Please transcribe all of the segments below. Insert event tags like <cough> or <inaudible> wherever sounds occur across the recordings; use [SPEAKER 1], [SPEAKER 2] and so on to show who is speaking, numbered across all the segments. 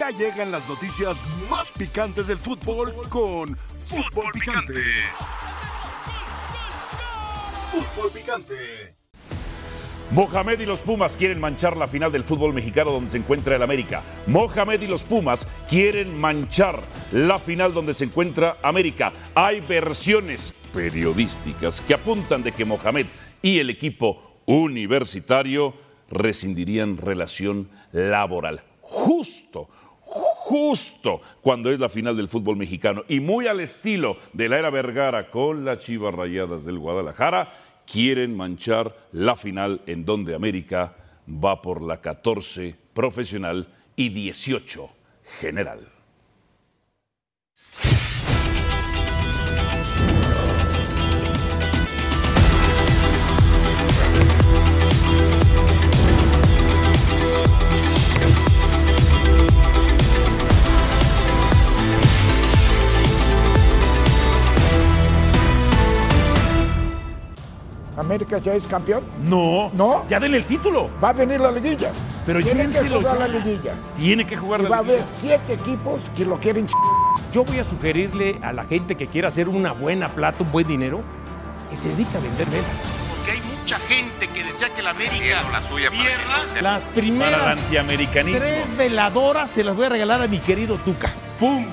[SPEAKER 1] Ya llegan las noticias más picantes del fútbol con Fútbol Picante. Fútbol Picante.
[SPEAKER 2] Mohamed y los Pumas quieren manchar la final del fútbol mexicano donde se encuentra el América. Mohamed y los Pumas quieren manchar la final donde se encuentra América. Hay versiones periodísticas que apuntan de que Mohamed y el equipo universitario rescindirían relación laboral. Justo, justo cuando es la final del fútbol mexicano y muy al estilo de la era Vergara con las Chivas Rayadas del Guadalajara, quieren manchar la final en donde América va por la 14 profesional y 18 general.
[SPEAKER 3] América ya es campeón.
[SPEAKER 2] No,
[SPEAKER 3] ¿No?
[SPEAKER 2] ya denle el título.
[SPEAKER 3] Va a venir la liguilla.
[SPEAKER 2] Pero
[SPEAKER 3] tiene que
[SPEAKER 2] llévenselo
[SPEAKER 3] jugar
[SPEAKER 2] ya.
[SPEAKER 3] la liguilla.
[SPEAKER 2] Tiene que jugar
[SPEAKER 3] Y va
[SPEAKER 2] la
[SPEAKER 3] a haber
[SPEAKER 2] liguilla.
[SPEAKER 3] siete equipos que lo quieren. ch-
[SPEAKER 2] <laughs>
[SPEAKER 4] Yo voy a sugerirle a la gente que quiera hacer una buena plata, un buen dinero, que se dedique a vender velas.
[SPEAKER 5] Porque hay mucha gente que desea que la América
[SPEAKER 6] Pierdo la suya para que
[SPEAKER 5] pierda.
[SPEAKER 6] no sea-
[SPEAKER 4] Las
[SPEAKER 2] Para el
[SPEAKER 4] primeras
[SPEAKER 2] antiamericanismo.
[SPEAKER 4] tres veladoras se las voy a regalar a mi querido Tuca.
[SPEAKER 2] ¡Pum!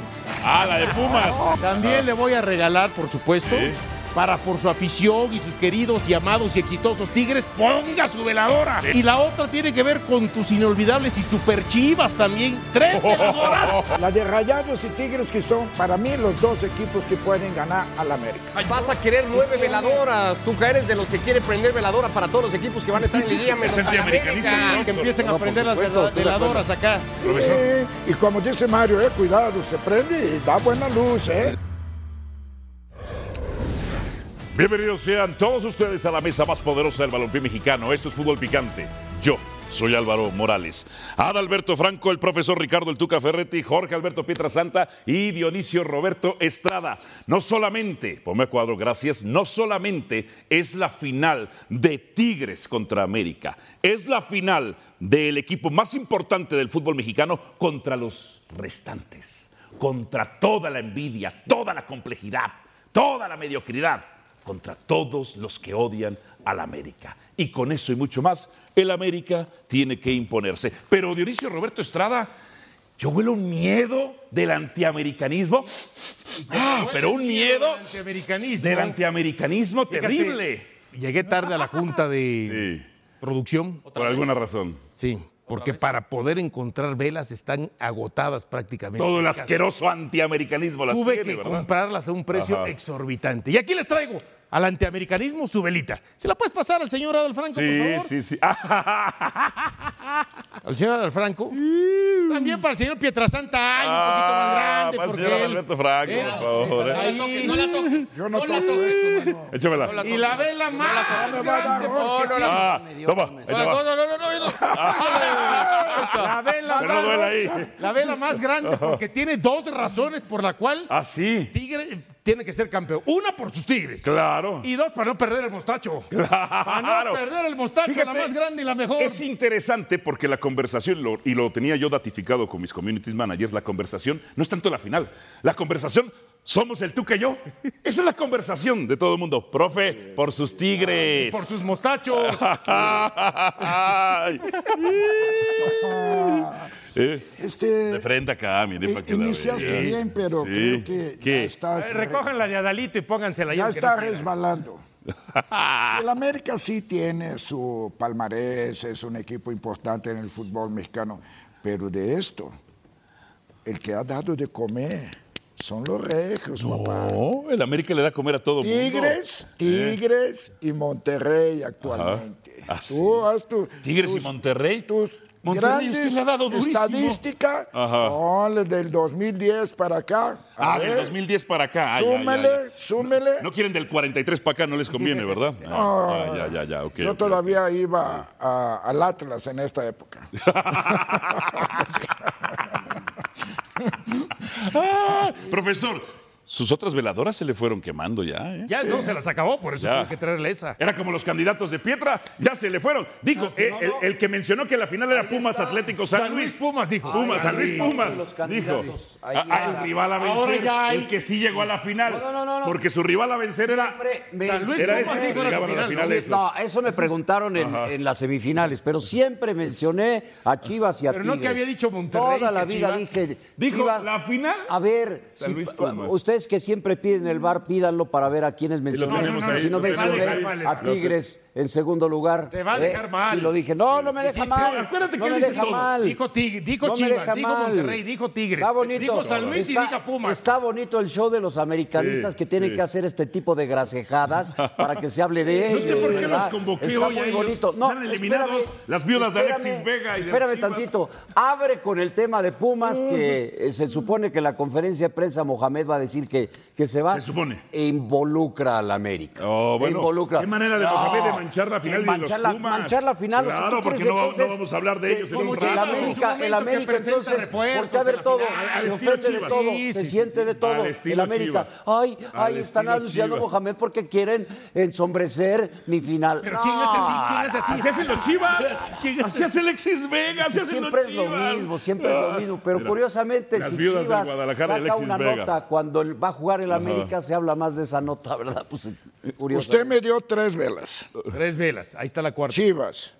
[SPEAKER 2] ¡Ah, la de Pumas!
[SPEAKER 4] También le voy a regalar, por supuesto,
[SPEAKER 2] Sí.
[SPEAKER 4] para por su afición y sus queridos y amados y exitosos Tigres, ponga su veladora. Y la otra tiene que ver con tus inolvidables y super chivas también. Tres
[SPEAKER 2] Oh.
[SPEAKER 4] veladoras.
[SPEAKER 3] La de Rayados y Tigres que son para mí los dos equipos que pueden ganar al América.
[SPEAKER 7] Vas a querer nueve veladoras. Tú eres de los que quiere prender veladora para todos los equipos que van a estar en <laughs> liguilla menos para
[SPEAKER 2] antiamericanista,
[SPEAKER 7] América.
[SPEAKER 2] ¿no?
[SPEAKER 4] Que empiecen a
[SPEAKER 3] No, por
[SPEAKER 4] prender las
[SPEAKER 3] supuesto,
[SPEAKER 4] vela-
[SPEAKER 3] estoy de acuerdo.
[SPEAKER 4] veladoras acá.
[SPEAKER 3] Sí, y como dice Mario, eh, cuidado, se prende y da buena luz, eh.
[SPEAKER 2] Bienvenidos sean todos ustedes a la mesa más poderosa del balompié mexicano. Esto es Fútbol Picante. Yo soy Álvaro Morales. Adalberto Franco, el profesor Ricardo El Tuca Ferretti, Jorge Alberto Pietra Santa y Dionisio Roberto Estrada. No solamente, ponme a cuadro, gracias, no solamente es la final de Tigres contra América, es la final del equipo más importante del fútbol mexicano contra los restantes, contra toda la envidia, toda la complejidad, toda la mediocridad contra todos los que odian al América. Y con eso y mucho más, el América tiene que imponerse. Pero Dionisio Roberto Estrada, yo huelo miedo del antiamericanismo, Ah, pero un miedo
[SPEAKER 4] Antiamericanismo.
[SPEAKER 2] del antiamericanismo terrible.
[SPEAKER 4] Llegué tarde a la junta de
[SPEAKER 2] Sí,
[SPEAKER 4] producción.
[SPEAKER 2] por alguna razón.
[SPEAKER 4] Sí, porque para poder encontrar velas están agotadas prácticamente.
[SPEAKER 2] Todo el
[SPEAKER 4] Casi.
[SPEAKER 2] asqueroso antiamericanismo las
[SPEAKER 4] Tuve
[SPEAKER 2] tiene,
[SPEAKER 4] que
[SPEAKER 2] ¿verdad?
[SPEAKER 4] comprarlas a un precio
[SPEAKER 2] Ajá.
[SPEAKER 4] exorbitante. Y aquí les traigo al antiamericanismo su velita. ¿Se la puedes pasar al señor Adalfranco, por
[SPEAKER 2] Sí,
[SPEAKER 4] favor?
[SPEAKER 2] sí, <laughs> sí. Ah,
[SPEAKER 4] Al señor Adalfranco. También para el señor Pietrasanta. Ay,
[SPEAKER 2] Mm. Ah,
[SPEAKER 4] un poquito más grande.
[SPEAKER 2] para el
[SPEAKER 4] porque
[SPEAKER 2] señor
[SPEAKER 4] él-
[SPEAKER 2] Adalberto Franco,
[SPEAKER 4] Eh,
[SPEAKER 2] por favor. eh.
[SPEAKER 4] ahí.
[SPEAKER 3] Yo no toco eh. esto, mano.
[SPEAKER 2] Échamela.
[SPEAKER 4] Y la vela más
[SPEAKER 3] Me va a dar
[SPEAKER 4] grande.
[SPEAKER 3] roncha.
[SPEAKER 2] Ah, toma, ahí te va. <laughs>
[SPEAKER 4] La vela
[SPEAKER 2] Que no
[SPEAKER 4] más-
[SPEAKER 2] duela ahí.
[SPEAKER 4] La vela más
[SPEAKER 2] <laughs>
[SPEAKER 4] grande porque tiene dos razones por la cual
[SPEAKER 2] Ah, sí.
[SPEAKER 4] Tigre tiene que ser campeón. Una por sus Tigres.
[SPEAKER 2] Claro.
[SPEAKER 4] Y dos, para no perder el mostacho. Para
[SPEAKER 2] Claro.
[SPEAKER 4] no perder el mostacho,
[SPEAKER 2] Fíjate,
[SPEAKER 4] la más grande y la mejor.
[SPEAKER 2] Es interesante porque la conversación, lo- y lo tenía yo datificado con mis community managers, la conversación no es tanto la final. La conversación somos el tú que yo. Esa es la conversación de todo el mundo. Profe, por sus tigres.
[SPEAKER 4] Por sus mostachos.
[SPEAKER 2] Ay. <laughs> Eh, de
[SPEAKER 8] Este,
[SPEAKER 2] frente acá, mire, para que la
[SPEAKER 8] iniciaste
[SPEAKER 2] vean.
[SPEAKER 8] bien, pero
[SPEAKER 2] Sí.
[SPEAKER 8] creo que
[SPEAKER 2] ¿Qué?
[SPEAKER 8] ya estás,
[SPEAKER 4] Eh,
[SPEAKER 8] eh,
[SPEAKER 4] la de Adalito y póngansela
[SPEAKER 8] ya está
[SPEAKER 4] <laughs>
[SPEAKER 8] resbalando. El América sí tiene su palmarés, es un equipo importante en el fútbol mexicano, pero de esto, el que ha dado de comer son los regios, papá.
[SPEAKER 2] No, Eh. el América le da a comer a todo el mundo.
[SPEAKER 8] Tigres, Tigres y Monterrey actualmente.
[SPEAKER 2] Ah, sí.
[SPEAKER 8] Tú haz tu-
[SPEAKER 2] Tigres y
[SPEAKER 8] tus-
[SPEAKER 2] Monterrey.
[SPEAKER 8] tus
[SPEAKER 2] Monterrey
[SPEAKER 8] grandes
[SPEAKER 2] usted le ha dado durísimo.
[SPEAKER 8] estadística,
[SPEAKER 2] Ajá.
[SPEAKER 8] ponle del 2010 para acá. a
[SPEAKER 2] Ah, del
[SPEAKER 8] ver,
[SPEAKER 2] 2010 para acá. Ah, ya, ya,
[SPEAKER 8] Súmele,
[SPEAKER 2] ya.
[SPEAKER 8] súmele.
[SPEAKER 2] No quieren del 43 para acá, no les conviene, ¿verdad? Ah, ya, ya, ya, ok.
[SPEAKER 8] Yo
[SPEAKER 2] ok.
[SPEAKER 8] todavía iba a- al Atlas en esta
[SPEAKER 2] <laughs>
[SPEAKER 8] época.
[SPEAKER 2] Profesor, Sus otras veladoras se le fueron quemando ya, ¿eh?
[SPEAKER 4] Ya no se las acabó, por eso
[SPEAKER 2] Ya.
[SPEAKER 4] tuve que traerle esa.
[SPEAKER 2] Era como los candidatos de Pietra, ya se le fueron. Dijo,
[SPEAKER 4] Ah,
[SPEAKER 2] eh, el, el que mencionó que la final era Pumas Atlético San,
[SPEAKER 4] San Luis Pumas, dijo.
[SPEAKER 2] Pumas,
[SPEAKER 4] Ay,
[SPEAKER 2] San Luis
[SPEAKER 4] ahí.
[SPEAKER 2] Pumas.
[SPEAKER 9] Los
[SPEAKER 2] dijo.
[SPEAKER 9] candidatos, ahí
[SPEAKER 2] Ah, ah,
[SPEAKER 9] está.
[SPEAKER 2] el rival a vencer.
[SPEAKER 4] Ahora ya hay-
[SPEAKER 2] El que sí llegó a la final.
[SPEAKER 9] No, no, no, no.
[SPEAKER 2] Porque su rival a vencer era.
[SPEAKER 9] Siempre
[SPEAKER 4] San Luis
[SPEAKER 2] era
[SPEAKER 4] Pumas
[SPEAKER 2] ese que
[SPEAKER 4] dijo, era su
[SPEAKER 2] llegaba a la
[SPEAKER 4] final.
[SPEAKER 2] final.
[SPEAKER 4] Sí,
[SPEAKER 2] ese.
[SPEAKER 9] No, eso me preguntaron en, en las semifinales, pero siempre mencioné a Chivas y a
[SPEAKER 4] Pero no
[SPEAKER 9] Tigres.
[SPEAKER 4] que había dicho Monterrey,
[SPEAKER 9] Toda la
[SPEAKER 4] que
[SPEAKER 9] vida
[SPEAKER 4] Chivas.
[SPEAKER 9] dije.
[SPEAKER 2] Dijo,
[SPEAKER 9] Chivas-
[SPEAKER 2] la final,
[SPEAKER 9] A ver,
[SPEAKER 2] San
[SPEAKER 9] si-
[SPEAKER 2] Luis Pumas.
[SPEAKER 9] ustedes que siempre piden el bar, pídanlo para ver a quiénes mencioné.
[SPEAKER 2] tenemos ahí,
[SPEAKER 9] si no
[SPEAKER 2] lo tenemos
[SPEAKER 9] mencioné
[SPEAKER 4] ahí, vale,
[SPEAKER 9] a
[SPEAKER 4] vale.
[SPEAKER 9] Tigres en segundo lugar.
[SPEAKER 4] Te va a dejar mal.
[SPEAKER 9] Si Eh, lo dije. No, no me deja
[SPEAKER 4] Dijiste,
[SPEAKER 9] mal.
[SPEAKER 4] acuérdate
[SPEAKER 9] no
[SPEAKER 4] que
[SPEAKER 9] me
[SPEAKER 4] dicen
[SPEAKER 9] deja
[SPEAKER 4] todos.
[SPEAKER 9] mal.
[SPEAKER 4] Dijo Tig- dijo
[SPEAKER 9] No me
[SPEAKER 4] Chivas,
[SPEAKER 9] deja
[SPEAKER 4] dijo
[SPEAKER 9] mal.
[SPEAKER 4] Monterrey, dijo Tigres,
[SPEAKER 9] Está bonito.
[SPEAKER 4] dijo San Luis y
[SPEAKER 9] Está-
[SPEAKER 4] dijo Pumas.
[SPEAKER 9] Está bonito el show de los americanistas
[SPEAKER 2] Sí,
[SPEAKER 9] que tienen
[SPEAKER 2] sí.
[SPEAKER 9] que hacer este tipo de grasejadas para que se hable de
[SPEAKER 2] <laughs> No sé por qué los
[SPEAKER 9] ¿verdad?
[SPEAKER 2] convoqué
[SPEAKER 9] Está
[SPEAKER 2] hoy
[SPEAKER 9] muy
[SPEAKER 2] a ellos.
[SPEAKER 9] bonito. No,
[SPEAKER 2] Están eliminados
[SPEAKER 9] espérame,
[SPEAKER 2] las viudas de
[SPEAKER 9] espérame,
[SPEAKER 2] Alexis Vega y de
[SPEAKER 9] Espérame
[SPEAKER 2] Chivas.
[SPEAKER 9] tantito. Abre con el tema de Pumas, que eh, se supone que la conferencia de prensa Mohamed va a decir que, que se va.
[SPEAKER 2] Se supone.
[SPEAKER 9] E involucra al América.
[SPEAKER 2] Oh, bueno,
[SPEAKER 9] Involucra.
[SPEAKER 2] qué manera de Mohamed de manchar la final y de los
[SPEAKER 9] manchar la-
[SPEAKER 2] Pumas.
[SPEAKER 9] Manchar la final. o sea,
[SPEAKER 2] Claro,
[SPEAKER 9] ¿tú
[SPEAKER 2] porque
[SPEAKER 9] crees
[SPEAKER 2] no va- no
[SPEAKER 9] entonces
[SPEAKER 2] vamos a hablar de
[SPEAKER 9] que-
[SPEAKER 2] ellos en un
[SPEAKER 9] que El
[SPEAKER 2] rato?
[SPEAKER 4] En
[SPEAKER 9] América,
[SPEAKER 4] su
[SPEAKER 9] el
[SPEAKER 4] momento que
[SPEAKER 9] América
[SPEAKER 4] presenta
[SPEAKER 9] entonces,
[SPEAKER 4] refuerzos
[SPEAKER 9] porque a
[SPEAKER 4] en
[SPEAKER 9] ver
[SPEAKER 4] la
[SPEAKER 9] todo,
[SPEAKER 4] final.
[SPEAKER 2] Al
[SPEAKER 9] se
[SPEAKER 2] estilo
[SPEAKER 9] ofende de
[SPEAKER 2] Chivas.
[SPEAKER 9] todo,
[SPEAKER 4] Sí,
[SPEAKER 9] se
[SPEAKER 4] sí,
[SPEAKER 9] siente de todo.
[SPEAKER 2] Al
[SPEAKER 9] El
[SPEAKER 2] estilo
[SPEAKER 9] América,
[SPEAKER 2] Chivas.
[SPEAKER 9] ay,
[SPEAKER 2] Al
[SPEAKER 9] ay, están
[SPEAKER 2] estilo
[SPEAKER 9] anunciando
[SPEAKER 2] Chivas.
[SPEAKER 9] Mohamed porque quieren ensombrecer mi final.
[SPEAKER 4] Pero ¿quién es así? ¿Quién es así?
[SPEAKER 2] Así hacen los Chivas. Así hace Alexis Vega. Así hacen los
[SPEAKER 9] Siempre
[SPEAKER 2] Chivas. Ah.
[SPEAKER 9] es lo mismo, siempre es lo mismo. Pero
[SPEAKER 2] Mira,
[SPEAKER 9] curiosamente,
[SPEAKER 2] las
[SPEAKER 9] si
[SPEAKER 2] viudas del
[SPEAKER 9] Chivas
[SPEAKER 2] Guadalajara de
[SPEAKER 9] saca
[SPEAKER 2] Alexis
[SPEAKER 9] una
[SPEAKER 2] Vega.
[SPEAKER 9] nota cuando el- va a jugar el América, se habla más de esa nota, <laughs> ¿verdad? Pues, curioso.
[SPEAKER 8] Usted me dio tres velas.
[SPEAKER 4] Tres velas, ahí está la cuarta.
[SPEAKER 8] Chivas,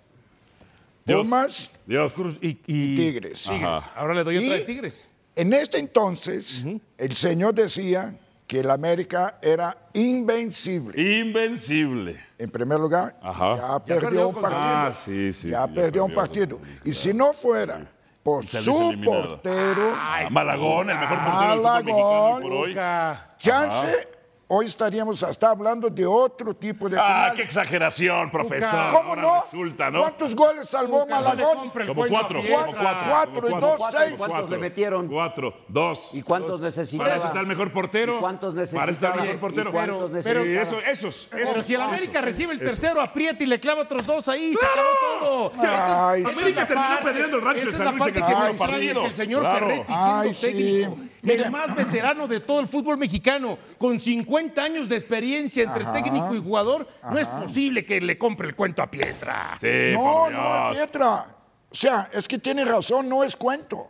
[SPEAKER 2] Dios,
[SPEAKER 8] Pumas
[SPEAKER 2] Dios.
[SPEAKER 4] Y, y-
[SPEAKER 8] y Tigres.
[SPEAKER 4] Tigres. Ahora le doy otra de
[SPEAKER 8] Y-
[SPEAKER 4] Tigres.
[SPEAKER 8] En este entonces, el señor decía que el América era invencible.
[SPEAKER 2] Invencible.
[SPEAKER 8] En primer lugar,
[SPEAKER 2] Ajá.
[SPEAKER 8] ya perdió un
[SPEAKER 4] con-
[SPEAKER 8] partido.
[SPEAKER 2] Ah, sí, sí,
[SPEAKER 8] ya
[SPEAKER 2] sí, ya
[SPEAKER 8] perdió un
[SPEAKER 2] perdió con
[SPEAKER 8] partido.
[SPEAKER 2] San Luis,
[SPEAKER 8] Y si no fuera por
[SPEAKER 2] San Luis
[SPEAKER 8] su
[SPEAKER 2] eliminado.
[SPEAKER 8] portero,
[SPEAKER 2] Ah, Malagón, el mejor portero del fútbol mexicano hoy por hoy.
[SPEAKER 4] Nunca.
[SPEAKER 8] chance, hoy estaríamos hasta hablando de otro tipo de
[SPEAKER 2] Ah,
[SPEAKER 8] final.
[SPEAKER 2] qué exageración, profesor.
[SPEAKER 8] ¿Cómo
[SPEAKER 2] Ahora
[SPEAKER 8] no?
[SPEAKER 2] Resulta, ¿no?
[SPEAKER 8] ¿Cuántos goles salvó
[SPEAKER 4] Nunca, no le
[SPEAKER 8] Malagón?
[SPEAKER 4] compre el
[SPEAKER 2] Como
[SPEAKER 4] cuento a
[SPEAKER 2] cuatro,
[SPEAKER 4] Piedra.
[SPEAKER 2] como cuatro.
[SPEAKER 8] Cuatro y
[SPEAKER 2] como
[SPEAKER 8] dos,
[SPEAKER 2] cuatro,
[SPEAKER 8] seis.
[SPEAKER 9] ¿Cuántos
[SPEAKER 2] cuatro,
[SPEAKER 9] le metieron?
[SPEAKER 2] Cuatro, dos.
[SPEAKER 9] ¿Y cuántos necesitaba?
[SPEAKER 2] Para eso está el mejor portero.
[SPEAKER 9] ¿Y cuántos
[SPEAKER 2] Para eso está el
[SPEAKER 9] necesitaba?
[SPEAKER 2] mejor portero.
[SPEAKER 9] ¿Y cuántos
[SPEAKER 2] pero,
[SPEAKER 9] necesitaba?
[SPEAKER 2] eso, esos,
[SPEAKER 4] Pero
[SPEAKER 2] esos.
[SPEAKER 4] si el América recibe el tercero, aprieta y le clava otros dos ahí, se acabó todo.
[SPEAKER 8] Ay,
[SPEAKER 4] Esa es
[SPEAKER 2] América
[SPEAKER 4] la
[SPEAKER 2] terminó
[SPEAKER 4] parte-
[SPEAKER 2] perdiendo el rancho
[SPEAKER 4] esa
[SPEAKER 2] de
[SPEAKER 4] es
[SPEAKER 2] San
[SPEAKER 4] la
[SPEAKER 2] Luis en
[SPEAKER 4] parte
[SPEAKER 2] el
[SPEAKER 4] que me
[SPEAKER 2] segundo
[SPEAKER 4] extraña,
[SPEAKER 2] partido.
[SPEAKER 4] que el señor
[SPEAKER 2] Claro.
[SPEAKER 4] Ferretti, siendo
[SPEAKER 8] Ay, sí.
[SPEAKER 4] técnico,
[SPEAKER 8] Mire.
[SPEAKER 4] el más veterano de todo el fútbol mexicano, con 50 años de experiencia entre técnico y jugador, no es posible que le compre el cuento a Pietra.
[SPEAKER 2] Sí,
[SPEAKER 8] No,
[SPEAKER 2] por
[SPEAKER 8] no,
[SPEAKER 2] Dios.
[SPEAKER 8] Pietra. O sea, es que tiene razón, no es cuento.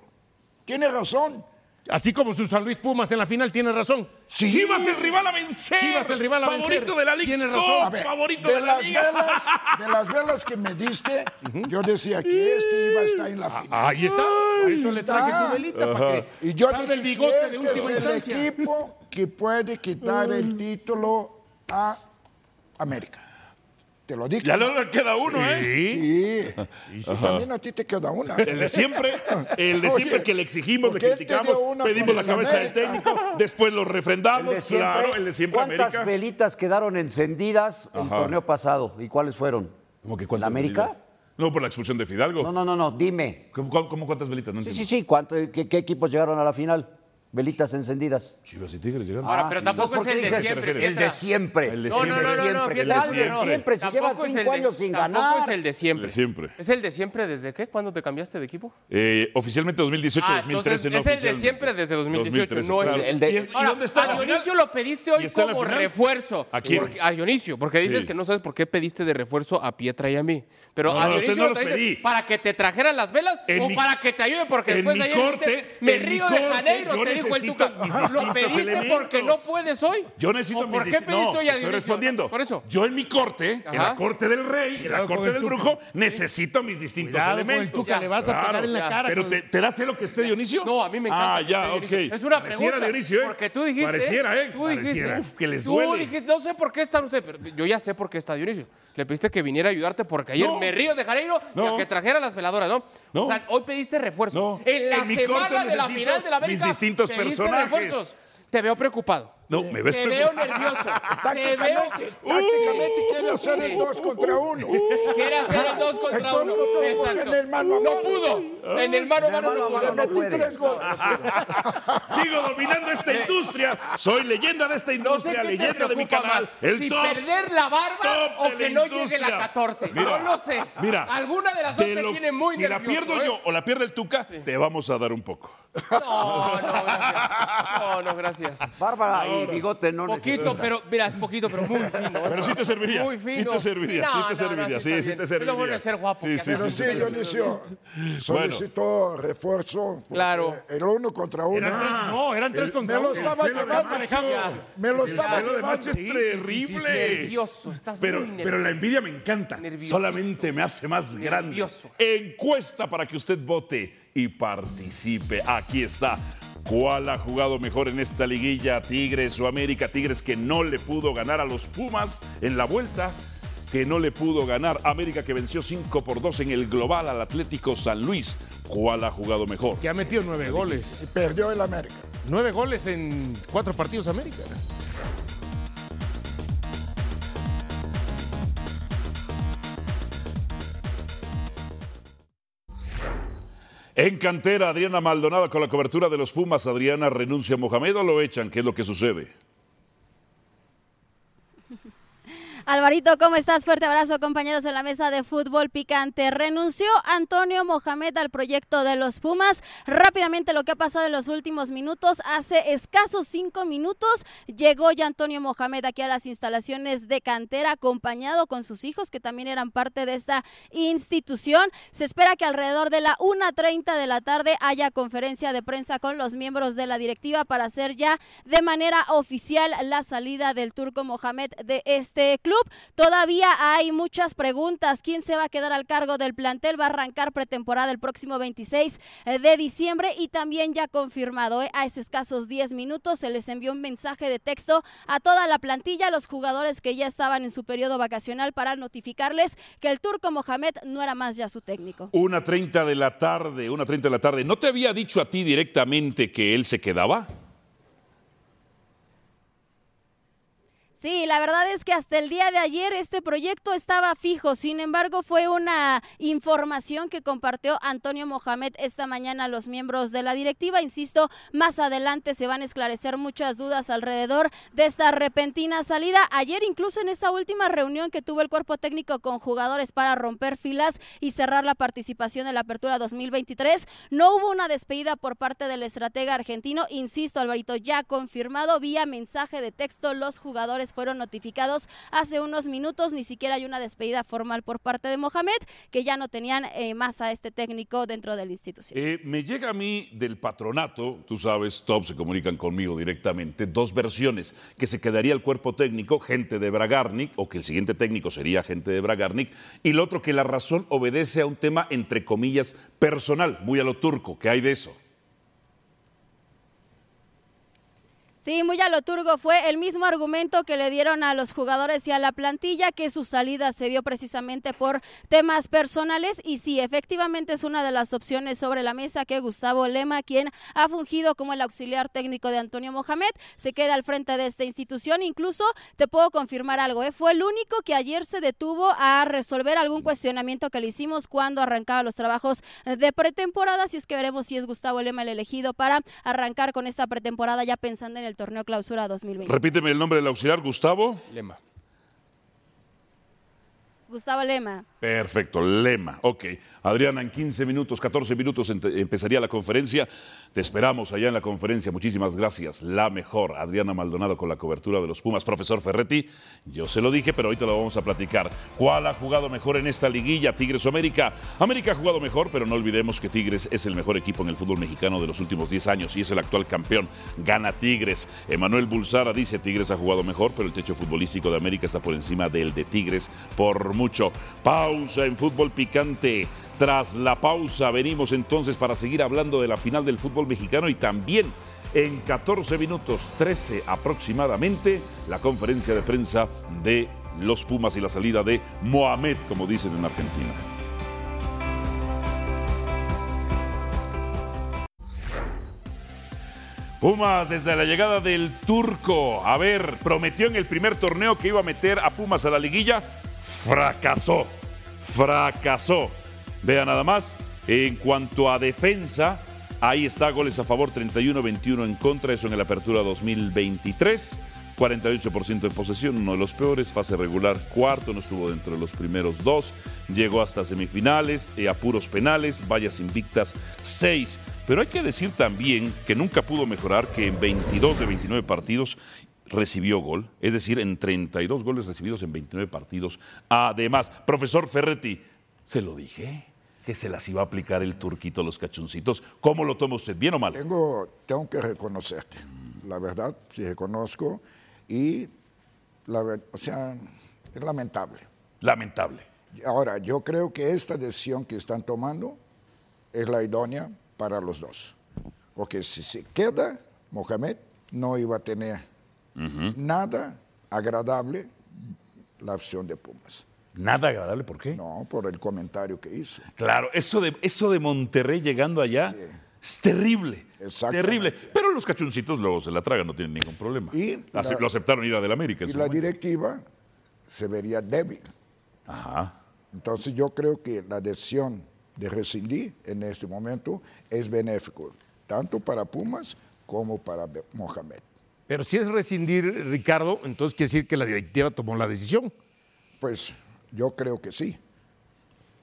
[SPEAKER 8] Tiene razón.
[SPEAKER 4] Así como su San Luis Pumas en la final, tienes razón.
[SPEAKER 8] Sí.
[SPEAKER 2] Chivas el rival a vencer.
[SPEAKER 4] Chivas el rival a
[SPEAKER 2] Favorito
[SPEAKER 4] vencer.
[SPEAKER 2] de la Liga
[SPEAKER 4] Tienes razón.
[SPEAKER 8] A ver,
[SPEAKER 2] favorito
[SPEAKER 8] de,
[SPEAKER 2] de, la
[SPEAKER 8] las
[SPEAKER 2] Liga.
[SPEAKER 8] velas,
[SPEAKER 2] <laughs>
[SPEAKER 8] de las velas que me diste, yo decía que este iba a estar en la
[SPEAKER 2] Ah.
[SPEAKER 8] final.
[SPEAKER 4] Ahí está. Por eso le
[SPEAKER 8] está.
[SPEAKER 4] traje su velita para que
[SPEAKER 8] Y yo
[SPEAKER 4] salve
[SPEAKER 8] dije
[SPEAKER 4] el bigote de
[SPEAKER 8] que
[SPEAKER 4] última
[SPEAKER 8] este es el
[SPEAKER 4] instancia.
[SPEAKER 8] equipo que puede quitar
[SPEAKER 2] Mm.
[SPEAKER 8] el título a América. Te lo dije.
[SPEAKER 2] Ya no le queda uno, ¿eh?
[SPEAKER 8] Sí. Y si también a ti te queda una.
[SPEAKER 2] El de siempre, el
[SPEAKER 8] <laughs>
[SPEAKER 2] de
[SPEAKER 8] Oye,
[SPEAKER 2] siempre que le exigimos, le
[SPEAKER 8] ¿por qué él te dio
[SPEAKER 2] criticamos,
[SPEAKER 8] una
[SPEAKER 2] pedimos
[SPEAKER 8] con
[SPEAKER 2] la
[SPEAKER 8] el
[SPEAKER 2] cabeza del
[SPEAKER 8] América?
[SPEAKER 2] técnico, después lo refrendamos,
[SPEAKER 9] El de siempre,
[SPEAKER 2] claro, el de siempre
[SPEAKER 9] ¿Cuántas
[SPEAKER 2] América.
[SPEAKER 9] velitas quedaron encendidas el torneo pasado? ¿Y cuáles fueron?
[SPEAKER 2] ¿Cómo que
[SPEAKER 9] ¿La
[SPEAKER 2] cuántas
[SPEAKER 9] América?
[SPEAKER 2] velitas? No, por la expulsión de Fidalgo.
[SPEAKER 9] No, no, no, no, dime.
[SPEAKER 2] ¿Cómo, cómo- cómo cuántas velitas? No
[SPEAKER 9] Sí, sí,
[SPEAKER 2] entiendo.
[SPEAKER 9] sí, ¿cuánto- qué, qué equipos llegaron a la final? Velitas encendidas. Ah,
[SPEAKER 2] Chivas y Tigres llegaron.
[SPEAKER 7] Ahora, pero tampoco es
[SPEAKER 9] ¿por qué
[SPEAKER 7] el de
[SPEAKER 9] dices
[SPEAKER 7] siempre.
[SPEAKER 2] el
[SPEAKER 9] El
[SPEAKER 7] Pietra.
[SPEAKER 9] de siempre.
[SPEAKER 2] El de
[SPEAKER 7] No, no,
[SPEAKER 2] siempre.
[SPEAKER 7] no, no, no,
[SPEAKER 2] El
[SPEAKER 7] Pietra,
[SPEAKER 2] de
[SPEAKER 9] Tal vez
[SPEAKER 2] siempre.
[SPEAKER 9] siempre se llevan
[SPEAKER 7] Tampoco es el
[SPEAKER 9] cinco
[SPEAKER 7] de-
[SPEAKER 9] años sin
[SPEAKER 7] tampoco
[SPEAKER 9] ganar.
[SPEAKER 7] es el de siempre.
[SPEAKER 2] El de siempre.
[SPEAKER 7] ¿Es el de siempre desde qué? ¿Cuándo te cambiaste de equipo?
[SPEAKER 2] Eh, oficialmente 2018,
[SPEAKER 7] Ah,
[SPEAKER 2] 2013
[SPEAKER 7] entonces
[SPEAKER 2] no
[SPEAKER 7] es el de
[SPEAKER 2] oficialmente.
[SPEAKER 7] siempre desde 2018,
[SPEAKER 2] 2013,
[SPEAKER 7] no es Ah,
[SPEAKER 2] claro.
[SPEAKER 9] el de-
[SPEAKER 2] ¿Y, es- y
[SPEAKER 7] Ahora,
[SPEAKER 2] dónde está?
[SPEAKER 7] A
[SPEAKER 2] la
[SPEAKER 7] Dionisio
[SPEAKER 2] final?
[SPEAKER 7] lo pediste
[SPEAKER 2] ¿Y
[SPEAKER 7] hoy
[SPEAKER 2] está en la
[SPEAKER 7] como
[SPEAKER 2] final?
[SPEAKER 7] refuerzo.
[SPEAKER 2] ¿A quién?
[SPEAKER 7] Porque- a Dionisio, porque dices
[SPEAKER 2] Sí.
[SPEAKER 7] que no sabes por qué pediste de refuerzo a Pietra y a mí.
[SPEAKER 8] Ah,
[SPEAKER 7] Pero
[SPEAKER 2] No,
[SPEAKER 7] a
[SPEAKER 2] no,
[SPEAKER 7] Dionisio
[SPEAKER 2] ustedes no
[SPEAKER 7] lo
[SPEAKER 2] los
[SPEAKER 7] trajiste
[SPEAKER 2] pedí.
[SPEAKER 7] para que te trajeran las velas
[SPEAKER 2] En
[SPEAKER 7] o
[SPEAKER 2] mi-
[SPEAKER 7] para que te ayude, porque
[SPEAKER 2] en
[SPEAKER 7] después
[SPEAKER 2] mi
[SPEAKER 7] de ayer dijiste,
[SPEAKER 2] corte,
[SPEAKER 7] me
[SPEAKER 2] en mi
[SPEAKER 7] río
[SPEAKER 2] corte,
[SPEAKER 7] de Janeiro,
[SPEAKER 2] yo
[SPEAKER 7] te dijo el
[SPEAKER 2] necesito
[SPEAKER 7] Tuca.
[SPEAKER 2] mis
[SPEAKER 7] Lo
[SPEAKER 2] distintos
[SPEAKER 7] pediste porque no
[SPEAKER 2] elementos.
[SPEAKER 7] puedes hoy.
[SPEAKER 2] Yo necesito
[SPEAKER 7] ¿O
[SPEAKER 2] mis
[SPEAKER 7] ¿Por qué
[SPEAKER 2] dis-
[SPEAKER 7] pediste hoy
[SPEAKER 2] no,
[SPEAKER 7] a Dionisio?
[SPEAKER 2] Estoy respondiendo.
[SPEAKER 7] Por eso.
[SPEAKER 2] Yo en mi corte, en
[SPEAKER 7] Ajá.
[SPEAKER 2] la corte del rey, en la
[SPEAKER 4] Cuidado
[SPEAKER 2] corte
[SPEAKER 4] con
[SPEAKER 2] del
[SPEAKER 4] el
[SPEAKER 2] brujo, necesito mis distintos
[SPEAKER 4] Cuidado con el
[SPEAKER 2] elementos.
[SPEAKER 4] Tuca, le vas a pegar en la
[SPEAKER 7] ya.
[SPEAKER 4] cara.
[SPEAKER 2] Pero
[SPEAKER 4] con-
[SPEAKER 2] te, te da celo que esté Dionisio.
[SPEAKER 7] No, a mí me encanta
[SPEAKER 2] Ah,
[SPEAKER 7] que
[SPEAKER 2] ya,
[SPEAKER 7] esté
[SPEAKER 2] ok.
[SPEAKER 7] Dionisio. Es una
[SPEAKER 2] Pareciera
[SPEAKER 7] pregunta.
[SPEAKER 2] Dionisio, ¿eh?
[SPEAKER 7] Porque tú dijiste.
[SPEAKER 2] Pareciera, ¿eh?
[SPEAKER 7] Tú dijiste.
[SPEAKER 2] Pareciera. Uf, que les
[SPEAKER 7] tú
[SPEAKER 2] duele.
[SPEAKER 7] dijiste, no sé por qué están ustedes. Pero yo ya sé por qué está Dionisio. Le pediste que viniera a ayudarte porque ayer
[SPEAKER 2] No.
[SPEAKER 7] me río de Janeiro y
[SPEAKER 2] No.
[SPEAKER 7] a que trajera las veladoras, ¿no?
[SPEAKER 2] No.
[SPEAKER 7] O sea, hoy pediste refuerzo.
[SPEAKER 2] No.
[SPEAKER 7] En la
[SPEAKER 2] En mi corte
[SPEAKER 7] semana de la
[SPEAKER 2] necesito
[SPEAKER 7] final de la
[SPEAKER 2] mis
[SPEAKER 7] América.
[SPEAKER 2] distintos
[SPEAKER 7] pediste
[SPEAKER 2] personajes.
[SPEAKER 7] refuerzos. Te veo preocupado.
[SPEAKER 2] No, me ves
[SPEAKER 7] Te veo
[SPEAKER 2] preocupado.
[SPEAKER 7] nervioso.
[SPEAKER 2] <laughs>
[SPEAKER 7] Te veo.
[SPEAKER 8] <laughs>
[SPEAKER 7] Uh,
[SPEAKER 8] Tácticamente, tácticamente quiere hacer el dos contra uno.
[SPEAKER 7] Quiere hacer el dos
[SPEAKER 8] <laughs>
[SPEAKER 7] contra
[SPEAKER 8] Entonces,
[SPEAKER 7] uno.
[SPEAKER 8] no tuvo en el mano a
[SPEAKER 7] No
[SPEAKER 8] mano.
[SPEAKER 7] pudo. En el mano a mano no
[SPEAKER 8] Le
[SPEAKER 7] pudo.
[SPEAKER 8] metí tres goles.
[SPEAKER 2] <laughs> Sigo dominando esta industria. Soy leyenda de esta
[SPEAKER 7] Eh. No sé
[SPEAKER 2] industria,
[SPEAKER 7] qué te
[SPEAKER 2] leyenda de mi
[SPEAKER 7] preocupa
[SPEAKER 2] canal.
[SPEAKER 7] más,
[SPEAKER 2] El
[SPEAKER 7] si
[SPEAKER 2] top.
[SPEAKER 7] perder la barba
[SPEAKER 2] top
[SPEAKER 7] o
[SPEAKER 2] de
[SPEAKER 7] que
[SPEAKER 2] la
[SPEAKER 7] no llegue la
[SPEAKER 2] industria.
[SPEAKER 7] 14.
[SPEAKER 2] Mira,
[SPEAKER 7] no lo sé.
[SPEAKER 2] Mira,
[SPEAKER 7] Alguna de las dos
[SPEAKER 2] te
[SPEAKER 7] te
[SPEAKER 2] lo-
[SPEAKER 7] tiene muy
[SPEAKER 2] Si la
[SPEAKER 7] nervioso,
[SPEAKER 2] pierdo
[SPEAKER 7] ¿eh?
[SPEAKER 2] yo o la pierde el Tuca, te vamos a dar un poco.
[SPEAKER 7] No, no, gracias. No, no, gracias.
[SPEAKER 9] Bárbara,
[SPEAKER 2] ahora.
[SPEAKER 9] bigote no
[SPEAKER 7] Poquito,
[SPEAKER 9] necesita.
[SPEAKER 7] pero mira, es poquito, pero muy fino.
[SPEAKER 2] Pero sí te serviría,
[SPEAKER 7] Muy
[SPEAKER 2] sí
[SPEAKER 7] fino.
[SPEAKER 2] te serviría, sí te serviría, sí,
[SPEAKER 7] está
[SPEAKER 2] sí
[SPEAKER 7] bien.
[SPEAKER 2] te
[SPEAKER 7] Es Lo bueno
[SPEAKER 2] serviría.
[SPEAKER 7] de ser guapo.
[SPEAKER 2] Sí,
[SPEAKER 7] que
[SPEAKER 2] sí,
[SPEAKER 7] acá
[SPEAKER 8] Pero
[SPEAKER 7] no
[SPEAKER 8] sí,
[SPEAKER 7] se ve.
[SPEAKER 8] Dionisio solicitó refuerzo. porque
[SPEAKER 7] Claro.
[SPEAKER 8] Era uno contra uno.
[SPEAKER 4] Eran tres, no, eran tres
[SPEAKER 8] me
[SPEAKER 4] contra
[SPEAKER 8] lo
[SPEAKER 4] uno.
[SPEAKER 8] estaba llevando.
[SPEAKER 7] Alejandro.
[SPEAKER 8] Me lo estaba
[SPEAKER 2] Pero de
[SPEAKER 8] llevando.
[SPEAKER 2] macho es terrible.
[SPEAKER 7] Nervioso, estás
[SPEAKER 2] Pero,
[SPEAKER 7] muy
[SPEAKER 2] pero la
[SPEAKER 7] nervioso.
[SPEAKER 2] envidia me encanta.
[SPEAKER 7] Nerviosito.
[SPEAKER 2] Solamente me hace más grande.
[SPEAKER 7] Nervioso.
[SPEAKER 2] Encuesta para que usted vote y participe. Aquí está. ¿Cuál ha jugado mejor en esta liguilla? Tigres o América. Tigres que no le pudo ganar a los Pumas en la vuelta. Que no le pudo ganar. América que venció 5 por 2 en el global al Atlético San Luis. ¿Cuál ha jugado mejor?
[SPEAKER 4] Que ha metido nueve goles.
[SPEAKER 8] Y perdió el América.
[SPEAKER 4] Nueve goles en cuatro partidos América.
[SPEAKER 2] En cantera, Adriana Maldonado con la cobertura de los Pumas. Adriana renuncia a Mohamed o lo echan. ¿Qué es lo que sucede?
[SPEAKER 10] Alvarito, ¿cómo estás? Fuerte abrazo, compañeros en la mesa de fútbol picante. Renunció Antonio Mohamed al proyecto de los Pumas. Rápidamente lo que ha pasado en los últimos minutos, hace escasos cinco minutos, llegó ya Antonio Mohamed aquí a las instalaciones de cantera, acompañado con sus hijos que también eran parte de esta institución. Se espera que alrededor de la 1.30 de la tarde haya conferencia de prensa con los miembros de la directiva para hacer ya de manera oficial la salida del turco Mohamed de este club. Todavía hay muchas preguntas. ¿Quién se va a quedar al cargo del plantel? Va a arrancar pretemporada el próximo 26 de diciembre y también ya confirmado. ¿eh? A escasos 10 minutos se les envió un mensaje de texto a toda la plantilla, a los jugadores que ya estaban en su periodo vacacional para notificarles que el turco Mohamed no era más ya su técnico.
[SPEAKER 2] 1.30 de la tarde, 1.30 de la tarde. ¿No te había dicho a ti directamente que él se quedaba?
[SPEAKER 10] Sí, la verdad es que hasta el día de ayer este proyecto estaba fijo, sin embargo fue una información que compartió Antonio Mohamed esta mañana a los miembros de la directiva. Insisto, más adelante se van a esclarecer muchas dudas alrededor de esta repentina salida. Ayer incluso en esa última reunión que tuvo el cuerpo técnico con jugadores para romper filas y cerrar la participación en la apertura 2023, no hubo una despedida por parte del estratega argentino. Insisto, Alvarito, ya confirmado vía mensaje de texto, los jugadores fueron notificados hace unos minutos, ni siquiera hay una despedida formal por parte de Mohamed, que ya no tenían eh, más a este técnico dentro de la institución.
[SPEAKER 2] Eh, me llega a mí del patronato, tú sabes, Top se comunican conmigo directamente, dos versiones, que se quedaría el cuerpo técnico, gente de Bragarnik, o que el siguiente técnico sería gente de Bragarnik, y el otro que la razón obedece a un tema, entre comillas, personal, muy a lo turco, que hay de eso.
[SPEAKER 10] Sí, muy a lo turgo fue el mismo argumento que le dieron a los jugadores y a la plantilla, que su salida se dio precisamente por temas personales. Y sí, efectivamente es una de las opciones sobre la mesa que Gustavo Lema, quien ha fungido como el auxiliar técnico de Antonio Mohamed, se queda al frente de esta institución. Incluso te puedo confirmar algo, ¿eh? fue el único que ayer se detuvo a resolver algún cuestionamiento que le hicimos cuando arrancaba los trabajos de pretemporada. Así es que veremos si es Gustavo Lema el elegido para arrancar con esta pretemporada ya pensando en el torneo clausura 2020.
[SPEAKER 2] Repíteme el nombre del auxiliar, Gustavo.
[SPEAKER 7] Lema.
[SPEAKER 10] Gustavo Lema.
[SPEAKER 2] Perfecto, lema. Ok. Adriana, en 15 minutos, 14 minutos ente- empezaría la conferencia. Te esperamos allá en la conferencia. Muchísimas gracias. La mejor, Adriana Maldonado con la cobertura de los Pumas. Profesor Ferretti, yo se lo dije, pero ahorita lo vamos a platicar. ¿Cuál ha jugado mejor en esta liguilla, Tigres o América? América ha jugado mejor, pero no olvidemos que Tigres es el mejor equipo en el fútbol mexicano de los últimos 10 años y es el actual campeón. Gana Tigres. Emanuel Bulsara dice, Tigres ha jugado mejor, pero el techo futbolístico de América está por encima del de Tigres por mucho. Pausa en fútbol picante. Tras la pausa venimos entonces para seguir hablando de la final del fútbol mexicano y también en 14 minutos 13 aproximadamente la conferencia de prensa de los Pumas y la salida de Mohamed, como dicen en Argentina. Pumas desde la llegada del turco. A ver, prometió en el primer torneo que iba a meter a Pumas a la liguilla. Fracasó. Fracasó. Vea nada más. En cuanto a defensa, ahí está goles a favor 31-21 en contra. Eso en la apertura 2023. 48% de posesión, uno de los peores, fase regular cuarto, no estuvo dentro de los primeros dos, llegó hasta semifinales, eh, a puros penales, vallas invictas seis. Pero hay que decir también que nunca pudo mejorar que en 22 de 29 partidos recibió gol, es decir, en 32 goles recibidos en 29 partidos. Además, profesor Ferretti, se lo dije que se las iba a aplicar el turquito a los cachoncitos. ¿Cómo lo toma usted? ¿Bien o mal?
[SPEAKER 8] Tengo, tengo que reconocerte. La verdad, sí reconozco. Y, la, ver- o sea, es lamentable.
[SPEAKER 2] Lamentable.
[SPEAKER 8] Ahora, yo creo que esta decisión que están tomando es la idónea para los dos. Porque si se queda, Mohamed no iba a tener nada agradable la opción de Pumas.
[SPEAKER 2] Nada agradable, ¿por qué?
[SPEAKER 8] No, por el comentario que hizo.
[SPEAKER 2] Claro, eso de, eso de Monterrey llegando allá es terrible. Terrible. Pero los cachoncitos luego se la tragan, no tienen ningún problema.
[SPEAKER 8] Y
[SPEAKER 2] Ace-
[SPEAKER 8] la-
[SPEAKER 2] lo aceptaron ir a del América. en
[SPEAKER 8] Y
[SPEAKER 2] su
[SPEAKER 8] la
[SPEAKER 2] momento.
[SPEAKER 8] directiva se vería débil.
[SPEAKER 2] Ajá.
[SPEAKER 8] Entonces yo creo que la decisión de rescindir en este momento es benéfico, tanto para Pumas como para Be- Mohamed.
[SPEAKER 4] Pero si es rescindir, Ricardo, entonces quiere decir que la directiva tomó la decisión.
[SPEAKER 8] Pues yo creo que sí.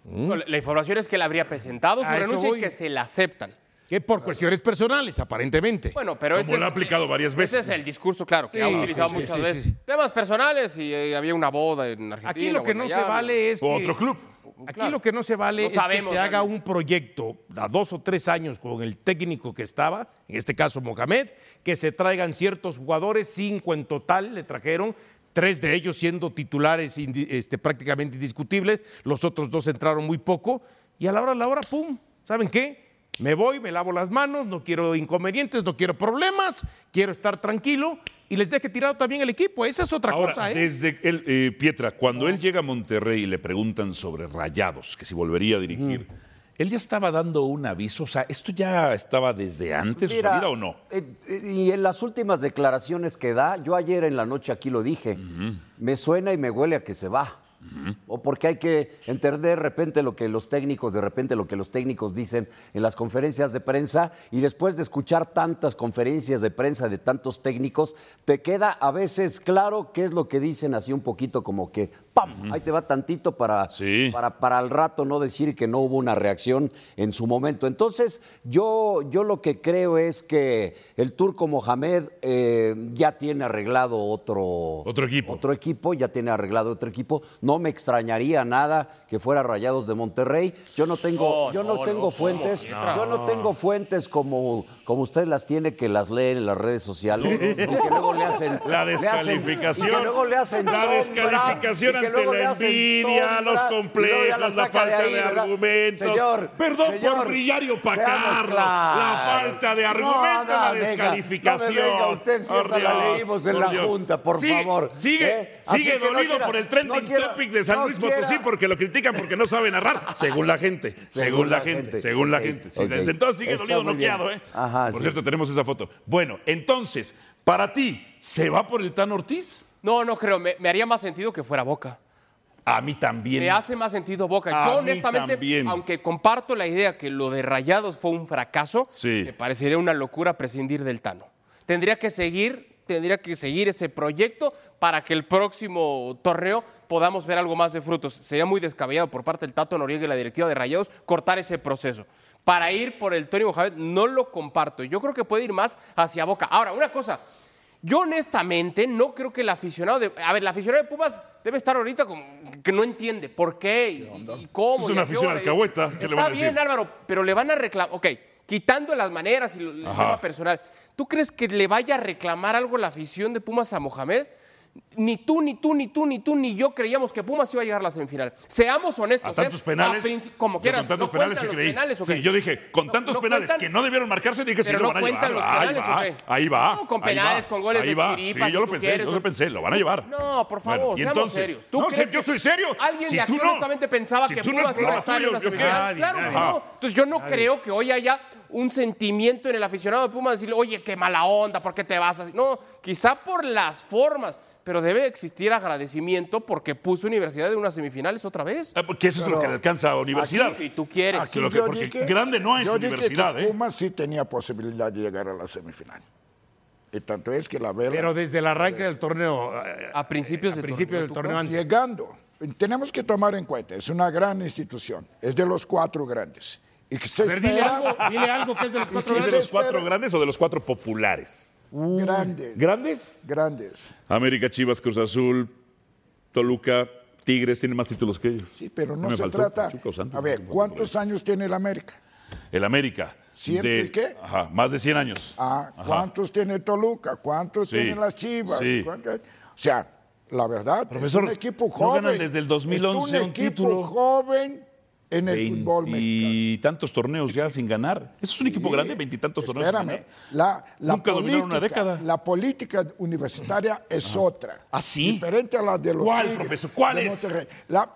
[SPEAKER 7] No, la, la información es que él habría presentado su
[SPEAKER 4] A eso
[SPEAKER 7] renuncia
[SPEAKER 4] voy.
[SPEAKER 7] y que se la aceptan. Ah.
[SPEAKER 4] Que por cuestiones personales, aparentemente.
[SPEAKER 7] Bueno, pero
[SPEAKER 4] Como
[SPEAKER 7] ese
[SPEAKER 4] lo ha
[SPEAKER 7] es-
[SPEAKER 4] aplicado varias
[SPEAKER 7] Ese
[SPEAKER 4] veces.
[SPEAKER 7] es el discurso, claro, que
[SPEAKER 4] Sí,
[SPEAKER 7] ha utilizado
[SPEAKER 4] sí, sí,
[SPEAKER 7] muchas
[SPEAKER 4] sí,
[SPEAKER 7] veces.
[SPEAKER 4] sí.
[SPEAKER 7] Temas personales y eh, había una boda en Argentina.
[SPEAKER 4] Aquí lo
[SPEAKER 7] o
[SPEAKER 4] que
[SPEAKER 7] en
[SPEAKER 4] no se
[SPEAKER 7] Miami.
[SPEAKER 4] vale es que... Aquí
[SPEAKER 7] Claro.
[SPEAKER 4] lo que no se vale
[SPEAKER 7] No
[SPEAKER 4] es
[SPEAKER 7] sabemos,
[SPEAKER 4] que se haga
[SPEAKER 7] realmente.
[SPEAKER 4] un proyecto a dos o tres años con el técnico que estaba, en este caso Mohamed, que se traigan ciertos jugadores, cinco en total le trajeron, tres de ellos siendo titulares indi- este, prácticamente indiscutibles, los otros dos entraron muy poco, y a la hora, a la hora, ¡pum! ¿Saben qué? Me voy, me lavo las manos, no quiero inconvenientes, no quiero problemas, quiero estar tranquilo y les deje tirado también el equipo. Esa es otra
[SPEAKER 2] Ahora,
[SPEAKER 4] cosa, ¿eh?
[SPEAKER 2] desde el, eh, Pietra,
[SPEAKER 8] Ah.
[SPEAKER 2] cuando él llega a Monterrey y le preguntan sobre Rayados, que si volvería a dirigir, él ya estaba dando un aviso, o sea, ¿esto ya estaba desde antes de su
[SPEAKER 9] Mira,
[SPEAKER 2] salida o no?
[SPEAKER 9] eh, eh, y en las últimas declaraciones que da, yo ayer en la noche aquí lo dije, me suena y me huele a que se va. O porque hay que entender de repente lo que los técnicos, de repente lo que los técnicos dicen en las conferencias de prensa y después de escuchar tantas conferencias de prensa de tantos técnicos, te queda a veces claro qué es lo que dicen así un poquito como que, ¡pam! Ahí te va tantito para, para, para al rato no decir que no hubo una reacción en su momento. Entonces, yo, yo lo que creo es que el turco Mohamed eh, ya tiene arreglado otro, otro equipo. Otro equipo, ya tiene arreglado otro equipo. No me extrañaría nada que fuera Rayados de Monterrey. Yo no tengo, yo no, tengo fuentes, yo no tengo fuentes como, como usted las tiene que las leen en las redes sociales y que luego le hacen
[SPEAKER 2] La
[SPEAKER 9] le hacen-
[SPEAKER 2] descalificación.
[SPEAKER 9] y que luego le hacen
[SPEAKER 2] La
[SPEAKER 9] sombra,
[SPEAKER 2] descalificación
[SPEAKER 9] y que
[SPEAKER 2] ante
[SPEAKER 9] luego
[SPEAKER 2] la
[SPEAKER 9] le hacen
[SPEAKER 2] envidia,
[SPEAKER 9] sombra,
[SPEAKER 2] los
[SPEAKER 9] y luego
[SPEAKER 2] complejos,
[SPEAKER 9] ya
[SPEAKER 2] la
[SPEAKER 9] saca
[SPEAKER 2] falta de
[SPEAKER 9] ¿verdad?
[SPEAKER 2] argumentos.
[SPEAKER 9] Señor,
[SPEAKER 2] Perdón por
[SPEAKER 9] señor,
[SPEAKER 2] brillar y opacarlo,
[SPEAKER 9] seamos
[SPEAKER 2] la falta de argumentos, la
[SPEAKER 9] venga,
[SPEAKER 2] descalificación.
[SPEAKER 9] No me venga usted si
[SPEAKER 2] Por
[SPEAKER 9] esa la
[SPEAKER 2] Dios,
[SPEAKER 9] leímos en
[SPEAKER 2] por
[SPEAKER 9] la
[SPEAKER 2] Dios.
[SPEAKER 9] Junta, por
[SPEAKER 2] Sí,
[SPEAKER 9] favor.
[SPEAKER 2] Sigue,
[SPEAKER 9] ¿eh? Así
[SPEAKER 2] sigue
[SPEAKER 9] que no
[SPEAKER 2] dolido
[SPEAKER 9] quiera-
[SPEAKER 2] por el trending
[SPEAKER 9] no quiera-
[SPEAKER 2] topic de San
[SPEAKER 9] no
[SPEAKER 2] Luis
[SPEAKER 9] quiera-
[SPEAKER 2] Potosí porque lo critican porque no sabe narrar, según la gente, según, la gente, según la
[SPEAKER 9] ok,
[SPEAKER 2] gente. Sí,
[SPEAKER 9] ok.
[SPEAKER 2] Desde entonces sigue
[SPEAKER 9] Está
[SPEAKER 2] dolido,
[SPEAKER 9] muy bien.
[SPEAKER 2] noqueado, ¿eh?
[SPEAKER 9] Ajá,
[SPEAKER 2] por
[SPEAKER 9] sí.
[SPEAKER 2] cierto, tenemos esa foto. Bueno, entonces, para ti, ¿se va por el Tan Ortiz?
[SPEAKER 7] No, no creo. Me, me haría más sentido que fuera Boca.
[SPEAKER 2] A mí también.
[SPEAKER 7] Me hace más sentido Boca.
[SPEAKER 2] A
[SPEAKER 7] Yo,
[SPEAKER 2] mí
[SPEAKER 7] honestamente,
[SPEAKER 2] también.
[SPEAKER 7] aunque comparto la idea que lo de Rayados fue un fracaso,
[SPEAKER 2] Sí.
[SPEAKER 7] me parecería una locura prescindir del Tano. Tendría que seguir, tendría que seguir ese proyecto para que el próximo torneo podamos ver algo más de frutos. Sería muy descabellado por parte del Tato Noriega y la directiva de Rayados cortar ese proceso. Para ir por el Tony Mohamed no lo comparto. Yo creo que puede ir más hacia Boca. Ahora, una cosa, yo honestamente no creo que el aficionado de... A ver, el aficionado de Pumas debe estar ahorita como que no entiende por qué y, y cómo. y
[SPEAKER 2] Es una
[SPEAKER 7] a qué
[SPEAKER 2] afición
[SPEAKER 7] hora.
[SPEAKER 2] alcahueta, ¿qué le
[SPEAKER 7] Está
[SPEAKER 2] van a
[SPEAKER 7] bien,
[SPEAKER 2] decir?
[SPEAKER 7] Álvaro, pero le van a reclamar... Ok, quitando las maneras y lo- el
[SPEAKER 2] Ajá.
[SPEAKER 7] tema personal. ¿Tú crees que le vaya a reclamar algo la afición de Pumas a Mohamed? Ni tú, ni tú, ni tú, ni tú, ni yo creíamos que Pumas iba a llegar a la semifinal. Seamos honestos.
[SPEAKER 2] A tantos
[SPEAKER 7] ¿eh?
[SPEAKER 2] penales.
[SPEAKER 7] A princi- como
[SPEAKER 2] yo
[SPEAKER 7] quieras.
[SPEAKER 2] Con tantos
[SPEAKER 7] ¿no
[SPEAKER 2] penales
[SPEAKER 7] cuentan
[SPEAKER 2] sí
[SPEAKER 7] los
[SPEAKER 2] creí.
[SPEAKER 7] penales o
[SPEAKER 2] Sí,
[SPEAKER 7] qué?
[SPEAKER 2] yo dije, con
[SPEAKER 7] No-
[SPEAKER 2] tantos
[SPEAKER 7] no
[SPEAKER 2] penales
[SPEAKER 7] cuentan-
[SPEAKER 2] que no debieron marcarse, dije, si
[SPEAKER 7] Pero
[SPEAKER 2] lo
[SPEAKER 7] no
[SPEAKER 2] van a
[SPEAKER 7] cuentan
[SPEAKER 2] llevar.
[SPEAKER 7] los
[SPEAKER 2] ahí
[SPEAKER 7] penales,
[SPEAKER 2] va,
[SPEAKER 7] ¿o qué?
[SPEAKER 2] Ahí va.
[SPEAKER 7] No, con
[SPEAKER 2] ahí
[SPEAKER 7] penales,
[SPEAKER 2] va,
[SPEAKER 7] con goles
[SPEAKER 2] ahí
[SPEAKER 7] de
[SPEAKER 2] va.
[SPEAKER 7] chiripa,
[SPEAKER 2] Sí, yo
[SPEAKER 7] si
[SPEAKER 2] lo
[SPEAKER 7] tú
[SPEAKER 2] pensé,
[SPEAKER 7] quieres,
[SPEAKER 2] yo
[SPEAKER 7] ¿no?
[SPEAKER 2] lo pensé, lo van a llevar.
[SPEAKER 7] No, por favor,
[SPEAKER 2] Bueno, y
[SPEAKER 7] seamos
[SPEAKER 2] entonces,
[SPEAKER 7] serios. ¿Tú
[SPEAKER 2] no,
[SPEAKER 7] crees
[SPEAKER 2] sé, yo
[SPEAKER 7] que
[SPEAKER 2] soy serio.
[SPEAKER 7] Alguien
[SPEAKER 2] Si
[SPEAKER 7] de aquí
[SPEAKER 2] tú no,
[SPEAKER 7] honestamente pensaba
[SPEAKER 2] si
[SPEAKER 7] que
[SPEAKER 2] tú no
[SPEAKER 7] Pumas
[SPEAKER 2] es
[SPEAKER 7] iba a
[SPEAKER 2] problema
[SPEAKER 7] estar en
[SPEAKER 2] tuyo,
[SPEAKER 7] una
[SPEAKER 2] ¿yo qué?
[SPEAKER 7] semifinal.
[SPEAKER 2] Nadie,
[SPEAKER 7] claro
[SPEAKER 2] nadie.
[SPEAKER 7] que no. Entonces yo no creo que hoy haya un sentimiento en el aficionado de Pumas de decirle, oye, qué mala onda, ¿por qué te vas así? No, quizá por las formas, pero debe existir agradecimiento porque puso Universidad en unas semifinales otra vez.
[SPEAKER 2] Porque eso es lo Ah, pues, que le alcanza a Universidad.
[SPEAKER 7] Aquí, si tú quieres.
[SPEAKER 2] Aquí lo que-
[SPEAKER 8] yo
[SPEAKER 2] porque
[SPEAKER 8] dije-
[SPEAKER 2] grande no es
[SPEAKER 8] yo dije
[SPEAKER 2] Universidad,
[SPEAKER 8] que
[SPEAKER 2] ¿eh?
[SPEAKER 8] Pumas sí tenía posibilidad de llegar a la semifinal. Y tanto es que la vela.
[SPEAKER 4] Pero desde el arranque del torneo.
[SPEAKER 2] eh,
[SPEAKER 7] A principios,
[SPEAKER 4] del principio del torneo antes.
[SPEAKER 8] Llegando, tenemos que tomar en cuenta, es una gran institución, es de los cuatro grandes. Y que se
[SPEAKER 4] A ver, dile
[SPEAKER 8] espera-
[SPEAKER 4] algo, dile algo que es de los cuatro
[SPEAKER 8] Y
[SPEAKER 2] ¿Es de
[SPEAKER 8] se
[SPEAKER 2] los cuatro
[SPEAKER 8] espera-
[SPEAKER 2] grandes o de los cuatro populares?
[SPEAKER 8] Grandes.
[SPEAKER 2] ¿Grandes?
[SPEAKER 8] Grandes.
[SPEAKER 2] América, Chivas, Cruz Azul, Toluca, Tigres tienen más títulos que ellos.
[SPEAKER 8] Sí, pero
[SPEAKER 2] Me
[SPEAKER 8] no se
[SPEAKER 2] faltó
[SPEAKER 8] trata.
[SPEAKER 2] Pachuca o Santos,
[SPEAKER 8] A
[SPEAKER 2] no
[SPEAKER 8] ver,
[SPEAKER 2] me
[SPEAKER 8] ¿cuántos años tiene el América?
[SPEAKER 2] acuerdo. El América.
[SPEAKER 8] ¿Ciento
[SPEAKER 2] de-
[SPEAKER 8] y qué?
[SPEAKER 2] Ajá, más de 100 años.
[SPEAKER 8] Ah,
[SPEAKER 2] Ajá.
[SPEAKER 8] ¿Cuántos tiene Toluca? ¿Cuántos
[SPEAKER 2] Sí,
[SPEAKER 8] tienen las Chivas?
[SPEAKER 2] sí.
[SPEAKER 8] ¿Cuántos- O sea, la verdad,
[SPEAKER 2] Profesor,
[SPEAKER 8] es un equipo
[SPEAKER 2] no
[SPEAKER 8] joven.
[SPEAKER 2] ganan desde el 2011
[SPEAKER 8] es
[SPEAKER 2] un
[SPEAKER 8] un equipo
[SPEAKER 2] título.
[SPEAKER 8] joven en el fútbol mexicano.
[SPEAKER 2] Y tantos torneos ya sin ganar. Eso es un equipo grande, veintitantos torneos. sin
[SPEAKER 8] Espérame,
[SPEAKER 2] ganar.
[SPEAKER 8] la, la
[SPEAKER 2] Nunca dominaron
[SPEAKER 8] política,
[SPEAKER 2] una década.
[SPEAKER 8] La política universitaria es otra.
[SPEAKER 2] ¿Ah, sí?
[SPEAKER 8] Diferente a la de los
[SPEAKER 2] ¿Cuál,
[SPEAKER 8] Tigres,
[SPEAKER 2] profesor? ¿Cuál
[SPEAKER 8] de
[SPEAKER 2] es?
[SPEAKER 8] Monterrey. La-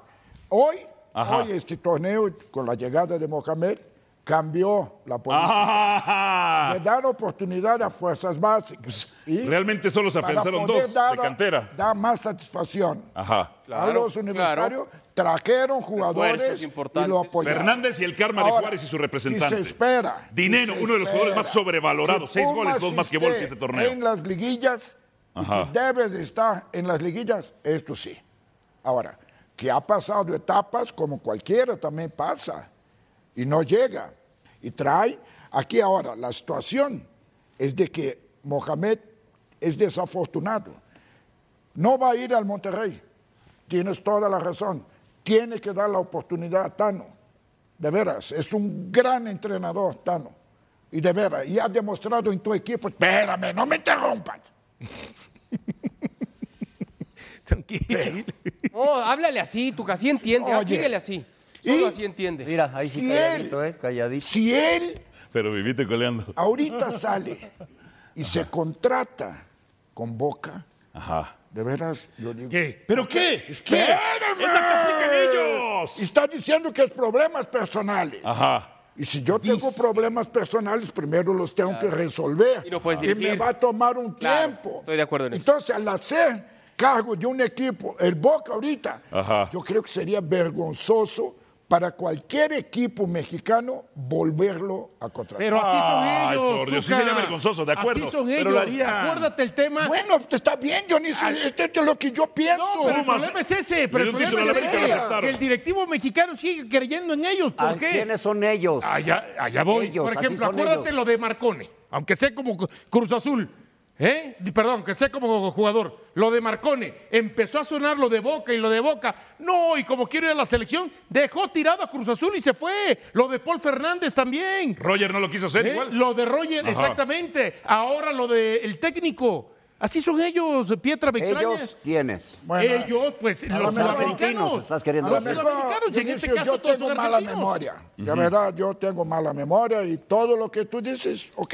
[SPEAKER 8] hoy,
[SPEAKER 2] Ajá.
[SPEAKER 8] hoy este torneo, con la llegada de Mohamed, cambió la política.
[SPEAKER 2] ¡Ah!
[SPEAKER 8] Le dan oportunidad a fuerzas básicas. Y
[SPEAKER 2] Realmente solo se
[SPEAKER 8] para
[SPEAKER 2] afianzaron
[SPEAKER 8] poder
[SPEAKER 2] dos
[SPEAKER 8] dar-
[SPEAKER 2] de cantera.
[SPEAKER 8] Da más satisfacción.
[SPEAKER 2] Ajá.
[SPEAKER 8] a los universitarios trajeron
[SPEAKER 7] Refuerzos
[SPEAKER 8] jugadores y lo
[SPEAKER 7] importantes.
[SPEAKER 8] apoyaron.
[SPEAKER 2] Fernández y el Karma de
[SPEAKER 8] Ahora,
[SPEAKER 2] Juárez y su
[SPEAKER 8] si
[SPEAKER 2] representante.
[SPEAKER 8] se espera.
[SPEAKER 2] Dinero,
[SPEAKER 8] si se
[SPEAKER 2] uno de los
[SPEAKER 8] espera
[SPEAKER 2] jugadores más sobrevalorados.
[SPEAKER 8] que
[SPEAKER 2] Seis goles,
[SPEAKER 8] Pumas
[SPEAKER 2] dos más que Volpi
[SPEAKER 8] esté
[SPEAKER 2] ese torneo.
[SPEAKER 8] En las liguillas, y que
[SPEAKER 2] Ajá.
[SPEAKER 8] debe de estar en las liguillas, esto sí. Ahora, que ha pasado etapas como cualquiera también pasa y no llega. Y trae, aquí ahora, la situación es de que Mohamed es desafortunado. No va a ir al Monterrey. Tienes toda la razón. Tiene que dar la oportunidad a Tano. De veras, es un gran entrenador, Tano. Y de veras, y ha demostrado en tu equipo, espérame, no me interrumpas.
[SPEAKER 4] Tranquilo.
[SPEAKER 7] No, Oh, háblale así, Tuca, así entiende. ah,
[SPEAKER 8] Oye.
[SPEAKER 7] Síguele así. Solo
[SPEAKER 8] ¿Y?
[SPEAKER 7] así entiende.
[SPEAKER 9] Mira, ahí sí
[SPEAKER 8] Si
[SPEAKER 9] calladito, ¿eh? Calladito.
[SPEAKER 8] Si él
[SPEAKER 2] Pero viviste coleando.
[SPEAKER 8] Ah,
[SPEAKER 2] <laughs>
[SPEAKER 8] ahorita sale y se contrata con Boca,
[SPEAKER 2] Ajá.
[SPEAKER 8] de veras, yo digo,
[SPEAKER 4] ¿Qué?
[SPEAKER 2] ¿Pero qué? ¿Qué?
[SPEAKER 8] ¡Espérame!
[SPEAKER 2] ¡Es la que aplican ellos!
[SPEAKER 8] está diciendo que es problemas personales.
[SPEAKER 2] Ajá.
[SPEAKER 8] Y si yo tengo problemas personales, primero los tengo que resolver.
[SPEAKER 7] Y no puedes
[SPEAKER 8] me
[SPEAKER 7] dirigir.
[SPEAKER 8] va a tomar un
[SPEAKER 7] Claro,
[SPEAKER 8] tiempo.
[SPEAKER 7] estoy de acuerdo en eso.
[SPEAKER 8] Entonces, al hacer cargo de un equipo, el Boca ahorita,
[SPEAKER 2] Ajá.
[SPEAKER 8] yo creo que sería vergonzoso para cualquier equipo mexicano volverlo a contratar.
[SPEAKER 4] Pero así son
[SPEAKER 2] Ay,
[SPEAKER 4] ellos.
[SPEAKER 2] por Dios, sí
[SPEAKER 4] Tuca.
[SPEAKER 2] sería vergonzoso, de acuerdo,
[SPEAKER 4] Así son
[SPEAKER 2] pero
[SPEAKER 4] ellos.
[SPEAKER 2] lo harían.
[SPEAKER 4] Acuérdate el tema.
[SPEAKER 8] bueno, está bien, Dionisio, este es lo que yo pienso.
[SPEAKER 4] Ah. no, pero el
[SPEAKER 2] Pumas.
[SPEAKER 4] problema es ese. Pero el
[SPEAKER 2] Ellos
[SPEAKER 4] problema
[SPEAKER 2] dicen a la
[SPEAKER 4] es
[SPEAKER 2] América
[SPEAKER 4] ese.
[SPEAKER 2] lo aceptaron.
[SPEAKER 4] Que el directivo mexicano sigue creyendo en ellos.
[SPEAKER 9] Ah,
[SPEAKER 4] ¿Por qué?
[SPEAKER 9] ¿Quiénes son ellos?
[SPEAKER 4] Allá, allá voy.
[SPEAKER 9] Ellos,
[SPEAKER 4] Por
[SPEAKER 9] así
[SPEAKER 4] ejemplo,
[SPEAKER 9] son
[SPEAKER 4] acuérdate
[SPEAKER 9] ellos.
[SPEAKER 4] lo de Marcone, aunque sea como cu- Cruz Azul. ¿eh? Di- Perdón, que sea como jugador. Lo de Marcone. Empezó a sonar lo de Boca y lo de Boca. No, y como quiere ir a la selección, dejó tirado a Cruz Azul y se fue. Lo de Paul Fernández también.
[SPEAKER 2] Roger no lo quiso hacer
[SPEAKER 4] ¿eh?
[SPEAKER 2] igual.
[SPEAKER 4] Lo de Roger,
[SPEAKER 2] Ajá.
[SPEAKER 4] exactamente. Ahora lo del técnico. Así son ellos, Pietra Vextraña.
[SPEAKER 9] ¿Ellos quiénes?
[SPEAKER 8] Bueno,
[SPEAKER 4] ellos, pues,
[SPEAKER 8] lo
[SPEAKER 4] los
[SPEAKER 8] mejor-
[SPEAKER 4] sudamericanos.
[SPEAKER 9] estás queriendo
[SPEAKER 8] A lo
[SPEAKER 9] decir.
[SPEAKER 8] mejor,
[SPEAKER 4] sudamericanos, y en este
[SPEAKER 8] Dionisio,
[SPEAKER 4] caso
[SPEAKER 8] yo
[SPEAKER 4] todos
[SPEAKER 8] tengo
[SPEAKER 4] son
[SPEAKER 8] mala
[SPEAKER 4] argentinos.
[SPEAKER 8] memoria. La verdad, yo tengo mala memoria y todo lo que tú dices, ok.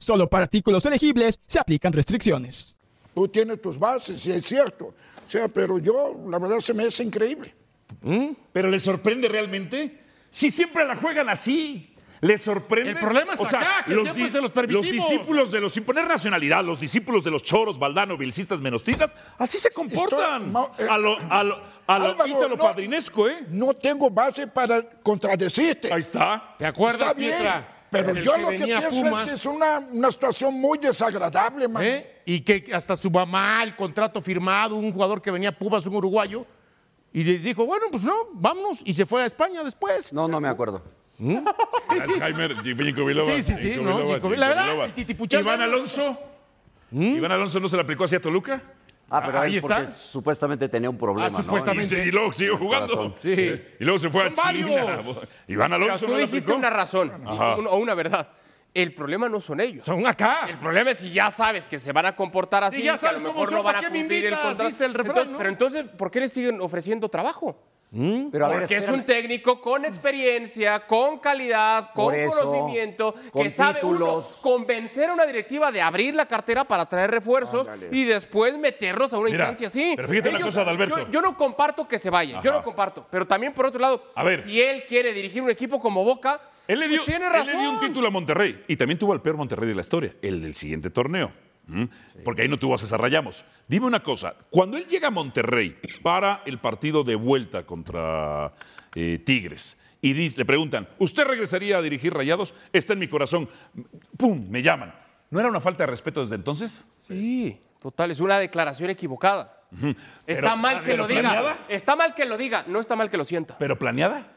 [SPEAKER 11] Solo para artículos elegibles se aplican restricciones.
[SPEAKER 8] Tú tienes tus bases, y es cierto. O sea, pero yo, la verdad, se me hace increíble.
[SPEAKER 2] ¿Mm? ¿Pero le sorprende realmente? Si siempre la juegan así. ¿Le sorprende?
[SPEAKER 4] El problema es acá, que siempre
[SPEAKER 2] di-
[SPEAKER 4] se los permitimos.
[SPEAKER 2] discípulos de los, sin poner nacionalidad, los discípulos de los choros, baldano, bilcistas, menostistas, así se comportan.
[SPEAKER 8] Estoy- ma- eh,
[SPEAKER 2] a lo, a lo, a lo
[SPEAKER 8] Álvaro,
[SPEAKER 2] ítalo
[SPEAKER 8] no-
[SPEAKER 2] padrinesco, ¿eh?
[SPEAKER 8] No tengo base para contradecirte.
[SPEAKER 2] Ahí está.
[SPEAKER 4] ¿Te acuerdas,
[SPEAKER 8] Está bien,
[SPEAKER 4] Pietra?
[SPEAKER 8] pero
[SPEAKER 4] El
[SPEAKER 8] yo lo que
[SPEAKER 4] venía a
[SPEAKER 8] pienso
[SPEAKER 4] Pumas,
[SPEAKER 8] es que es una, una situación muy desagradable, man.
[SPEAKER 4] ¿eh? Y que hasta su mamá, el contrato firmado, un jugador que venía a Pumas, un uruguayo, y le dijo, bueno, pues no, vámonos, y se fue a España después. ¿Mm?
[SPEAKER 9] No, no me acuerdo.
[SPEAKER 2] <laughs> Alzheimer, Gico Biloba.
[SPEAKER 4] Sí, sí, sí,
[SPEAKER 2] Gico
[SPEAKER 4] no,
[SPEAKER 2] Biloba,
[SPEAKER 4] Gico- la verdad,
[SPEAKER 2] Biloba.
[SPEAKER 4] el titipuchal-
[SPEAKER 2] Iván Alonso.
[SPEAKER 4] ¿Mm?
[SPEAKER 2] ¿Iván Alonso no se la aplicó hacia Toluca?
[SPEAKER 9] Ah, pero
[SPEAKER 4] Ahí
[SPEAKER 9] él porque
[SPEAKER 4] está.
[SPEAKER 9] supuestamente tenía un problema,
[SPEAKER 4] Ah,
[SPEAKER 9] ¿no?
[SPEAKER 2] Y,
[SPEAKER 4] supuestamente.
[SPEAKER 2] se- y luego siguió jugando.
[SPEAKER 9] corazón.
[SPEAKER 4] Sí.
[SPEAKER 2] Y luego se fue a
[SPEAKER 4] Son
[SPEAKER 2] China.
[SPEAKER 4] varios.
[SPEAKER 2] Iván
[SPEAKER 7] Pero
[SPEAKER 2] Alonso
[SPEAKER 7] tú
[SPEAKER 2] no la
[SPEAKER 7] dijiste
[SPEAKER 2] aplicó.
[SPEAKER 7] una razón y- o una verdad. El problema no son ellos.
[SPEAKER 4] Son acá.
[SPEAKER 7] El problema es si ya sabes que se van a comportar así,
[SPEAKER 4] Si ya
[SPEAKER 7] que a
[SPEAKER 4] sabes
[SPEAKER 7] lo
[SPEAKER 4] cómo
[SPEAKER 7] mejor
[SPEAKER 4] son,
[SPEAKER 7] no van
[SPEAKER 4] ¿para
[SPEAKER 7] a
[SPEAKER 4] qué me
[SPEAKER 7] cumplir el
[SPEAKER 4] invitas?
[SPEAKER 7] contrato.
[SPEAKER 4] Dice el refrán,
[SPEAKER 7] Entonces-
[SPEAKER 4] ¿no?
[SPEAKER 7] Pero entonces, ¿por qué les siguen ofreciendo trabajo?
[SPEAKER 2] ¿Mm?
[SPEAKER 9] Pero a ver,
[SPEAKER 7] Porque es
[SPEAKER 9] espérame.
[SPEAKER 7] un técnico con experiencia, con calidad, con
[SPEAKER 9] Por eso,
[SPEAKER 7] conocimiento, que
[SPEAKER 9] con
[SPEAKER 7] sabe uno
[SPEAKER 9] títulos.
[SPEAKER 7] convencer a una directiva de abrir la cartera para traer refuerzos y después meterlos a una
[SPEAKER 2] Mira,
[SPEAKER 7] instancia así.
[SPEAKER 2] pero fíjate una cosa, Adalberto.
[SPEAKER 7] Yo, yo no comparto que se vaya, yo
[SPEAKER 2] Ajá.
[SPEAKER 7] no comparto. Pero también, por otro lado,
[SPEAKER 2] A ver.
[SPEAKER 7] si él quiere dirigir un equipo como Boca,
[SPEAKER 2] Él le, dio,
[SPEAKER 7] pues tiene
[SPEAKER 2] él
[SPEAKER 7] razón.
[SPEAKER 2] le dio un título a Monterrey y también tuvo al peor Monterrey de la historia, el del siguiente torneo. ¿Mm? Porque ahí no tuvo a César Rayamos. Dime una cosa, cuando él llega a Monterrey para el partido de vuelta contra eh, Tigres y dis- le preguntan, ¿usted regresaría a dirigir Rayados? Está en mi corazón. ¡Pum! Me llaman. ¿No era una falta de respeto desde entonces?
[SPEAKER 7] Sí, total, es una declaración equivocada. Está
[SPEAKER 2] Pero- ¿ah,
[SPEAKER 7] mal que
[SPEAKER 2] pero
[SPEAKER 7] lo diga.
[SPEAKER 2] planeada.
[SPEAKER 7] Está mal que lo diga, no está mal que lo sienta.
[SPEAKER 2] ¿Pero planeada?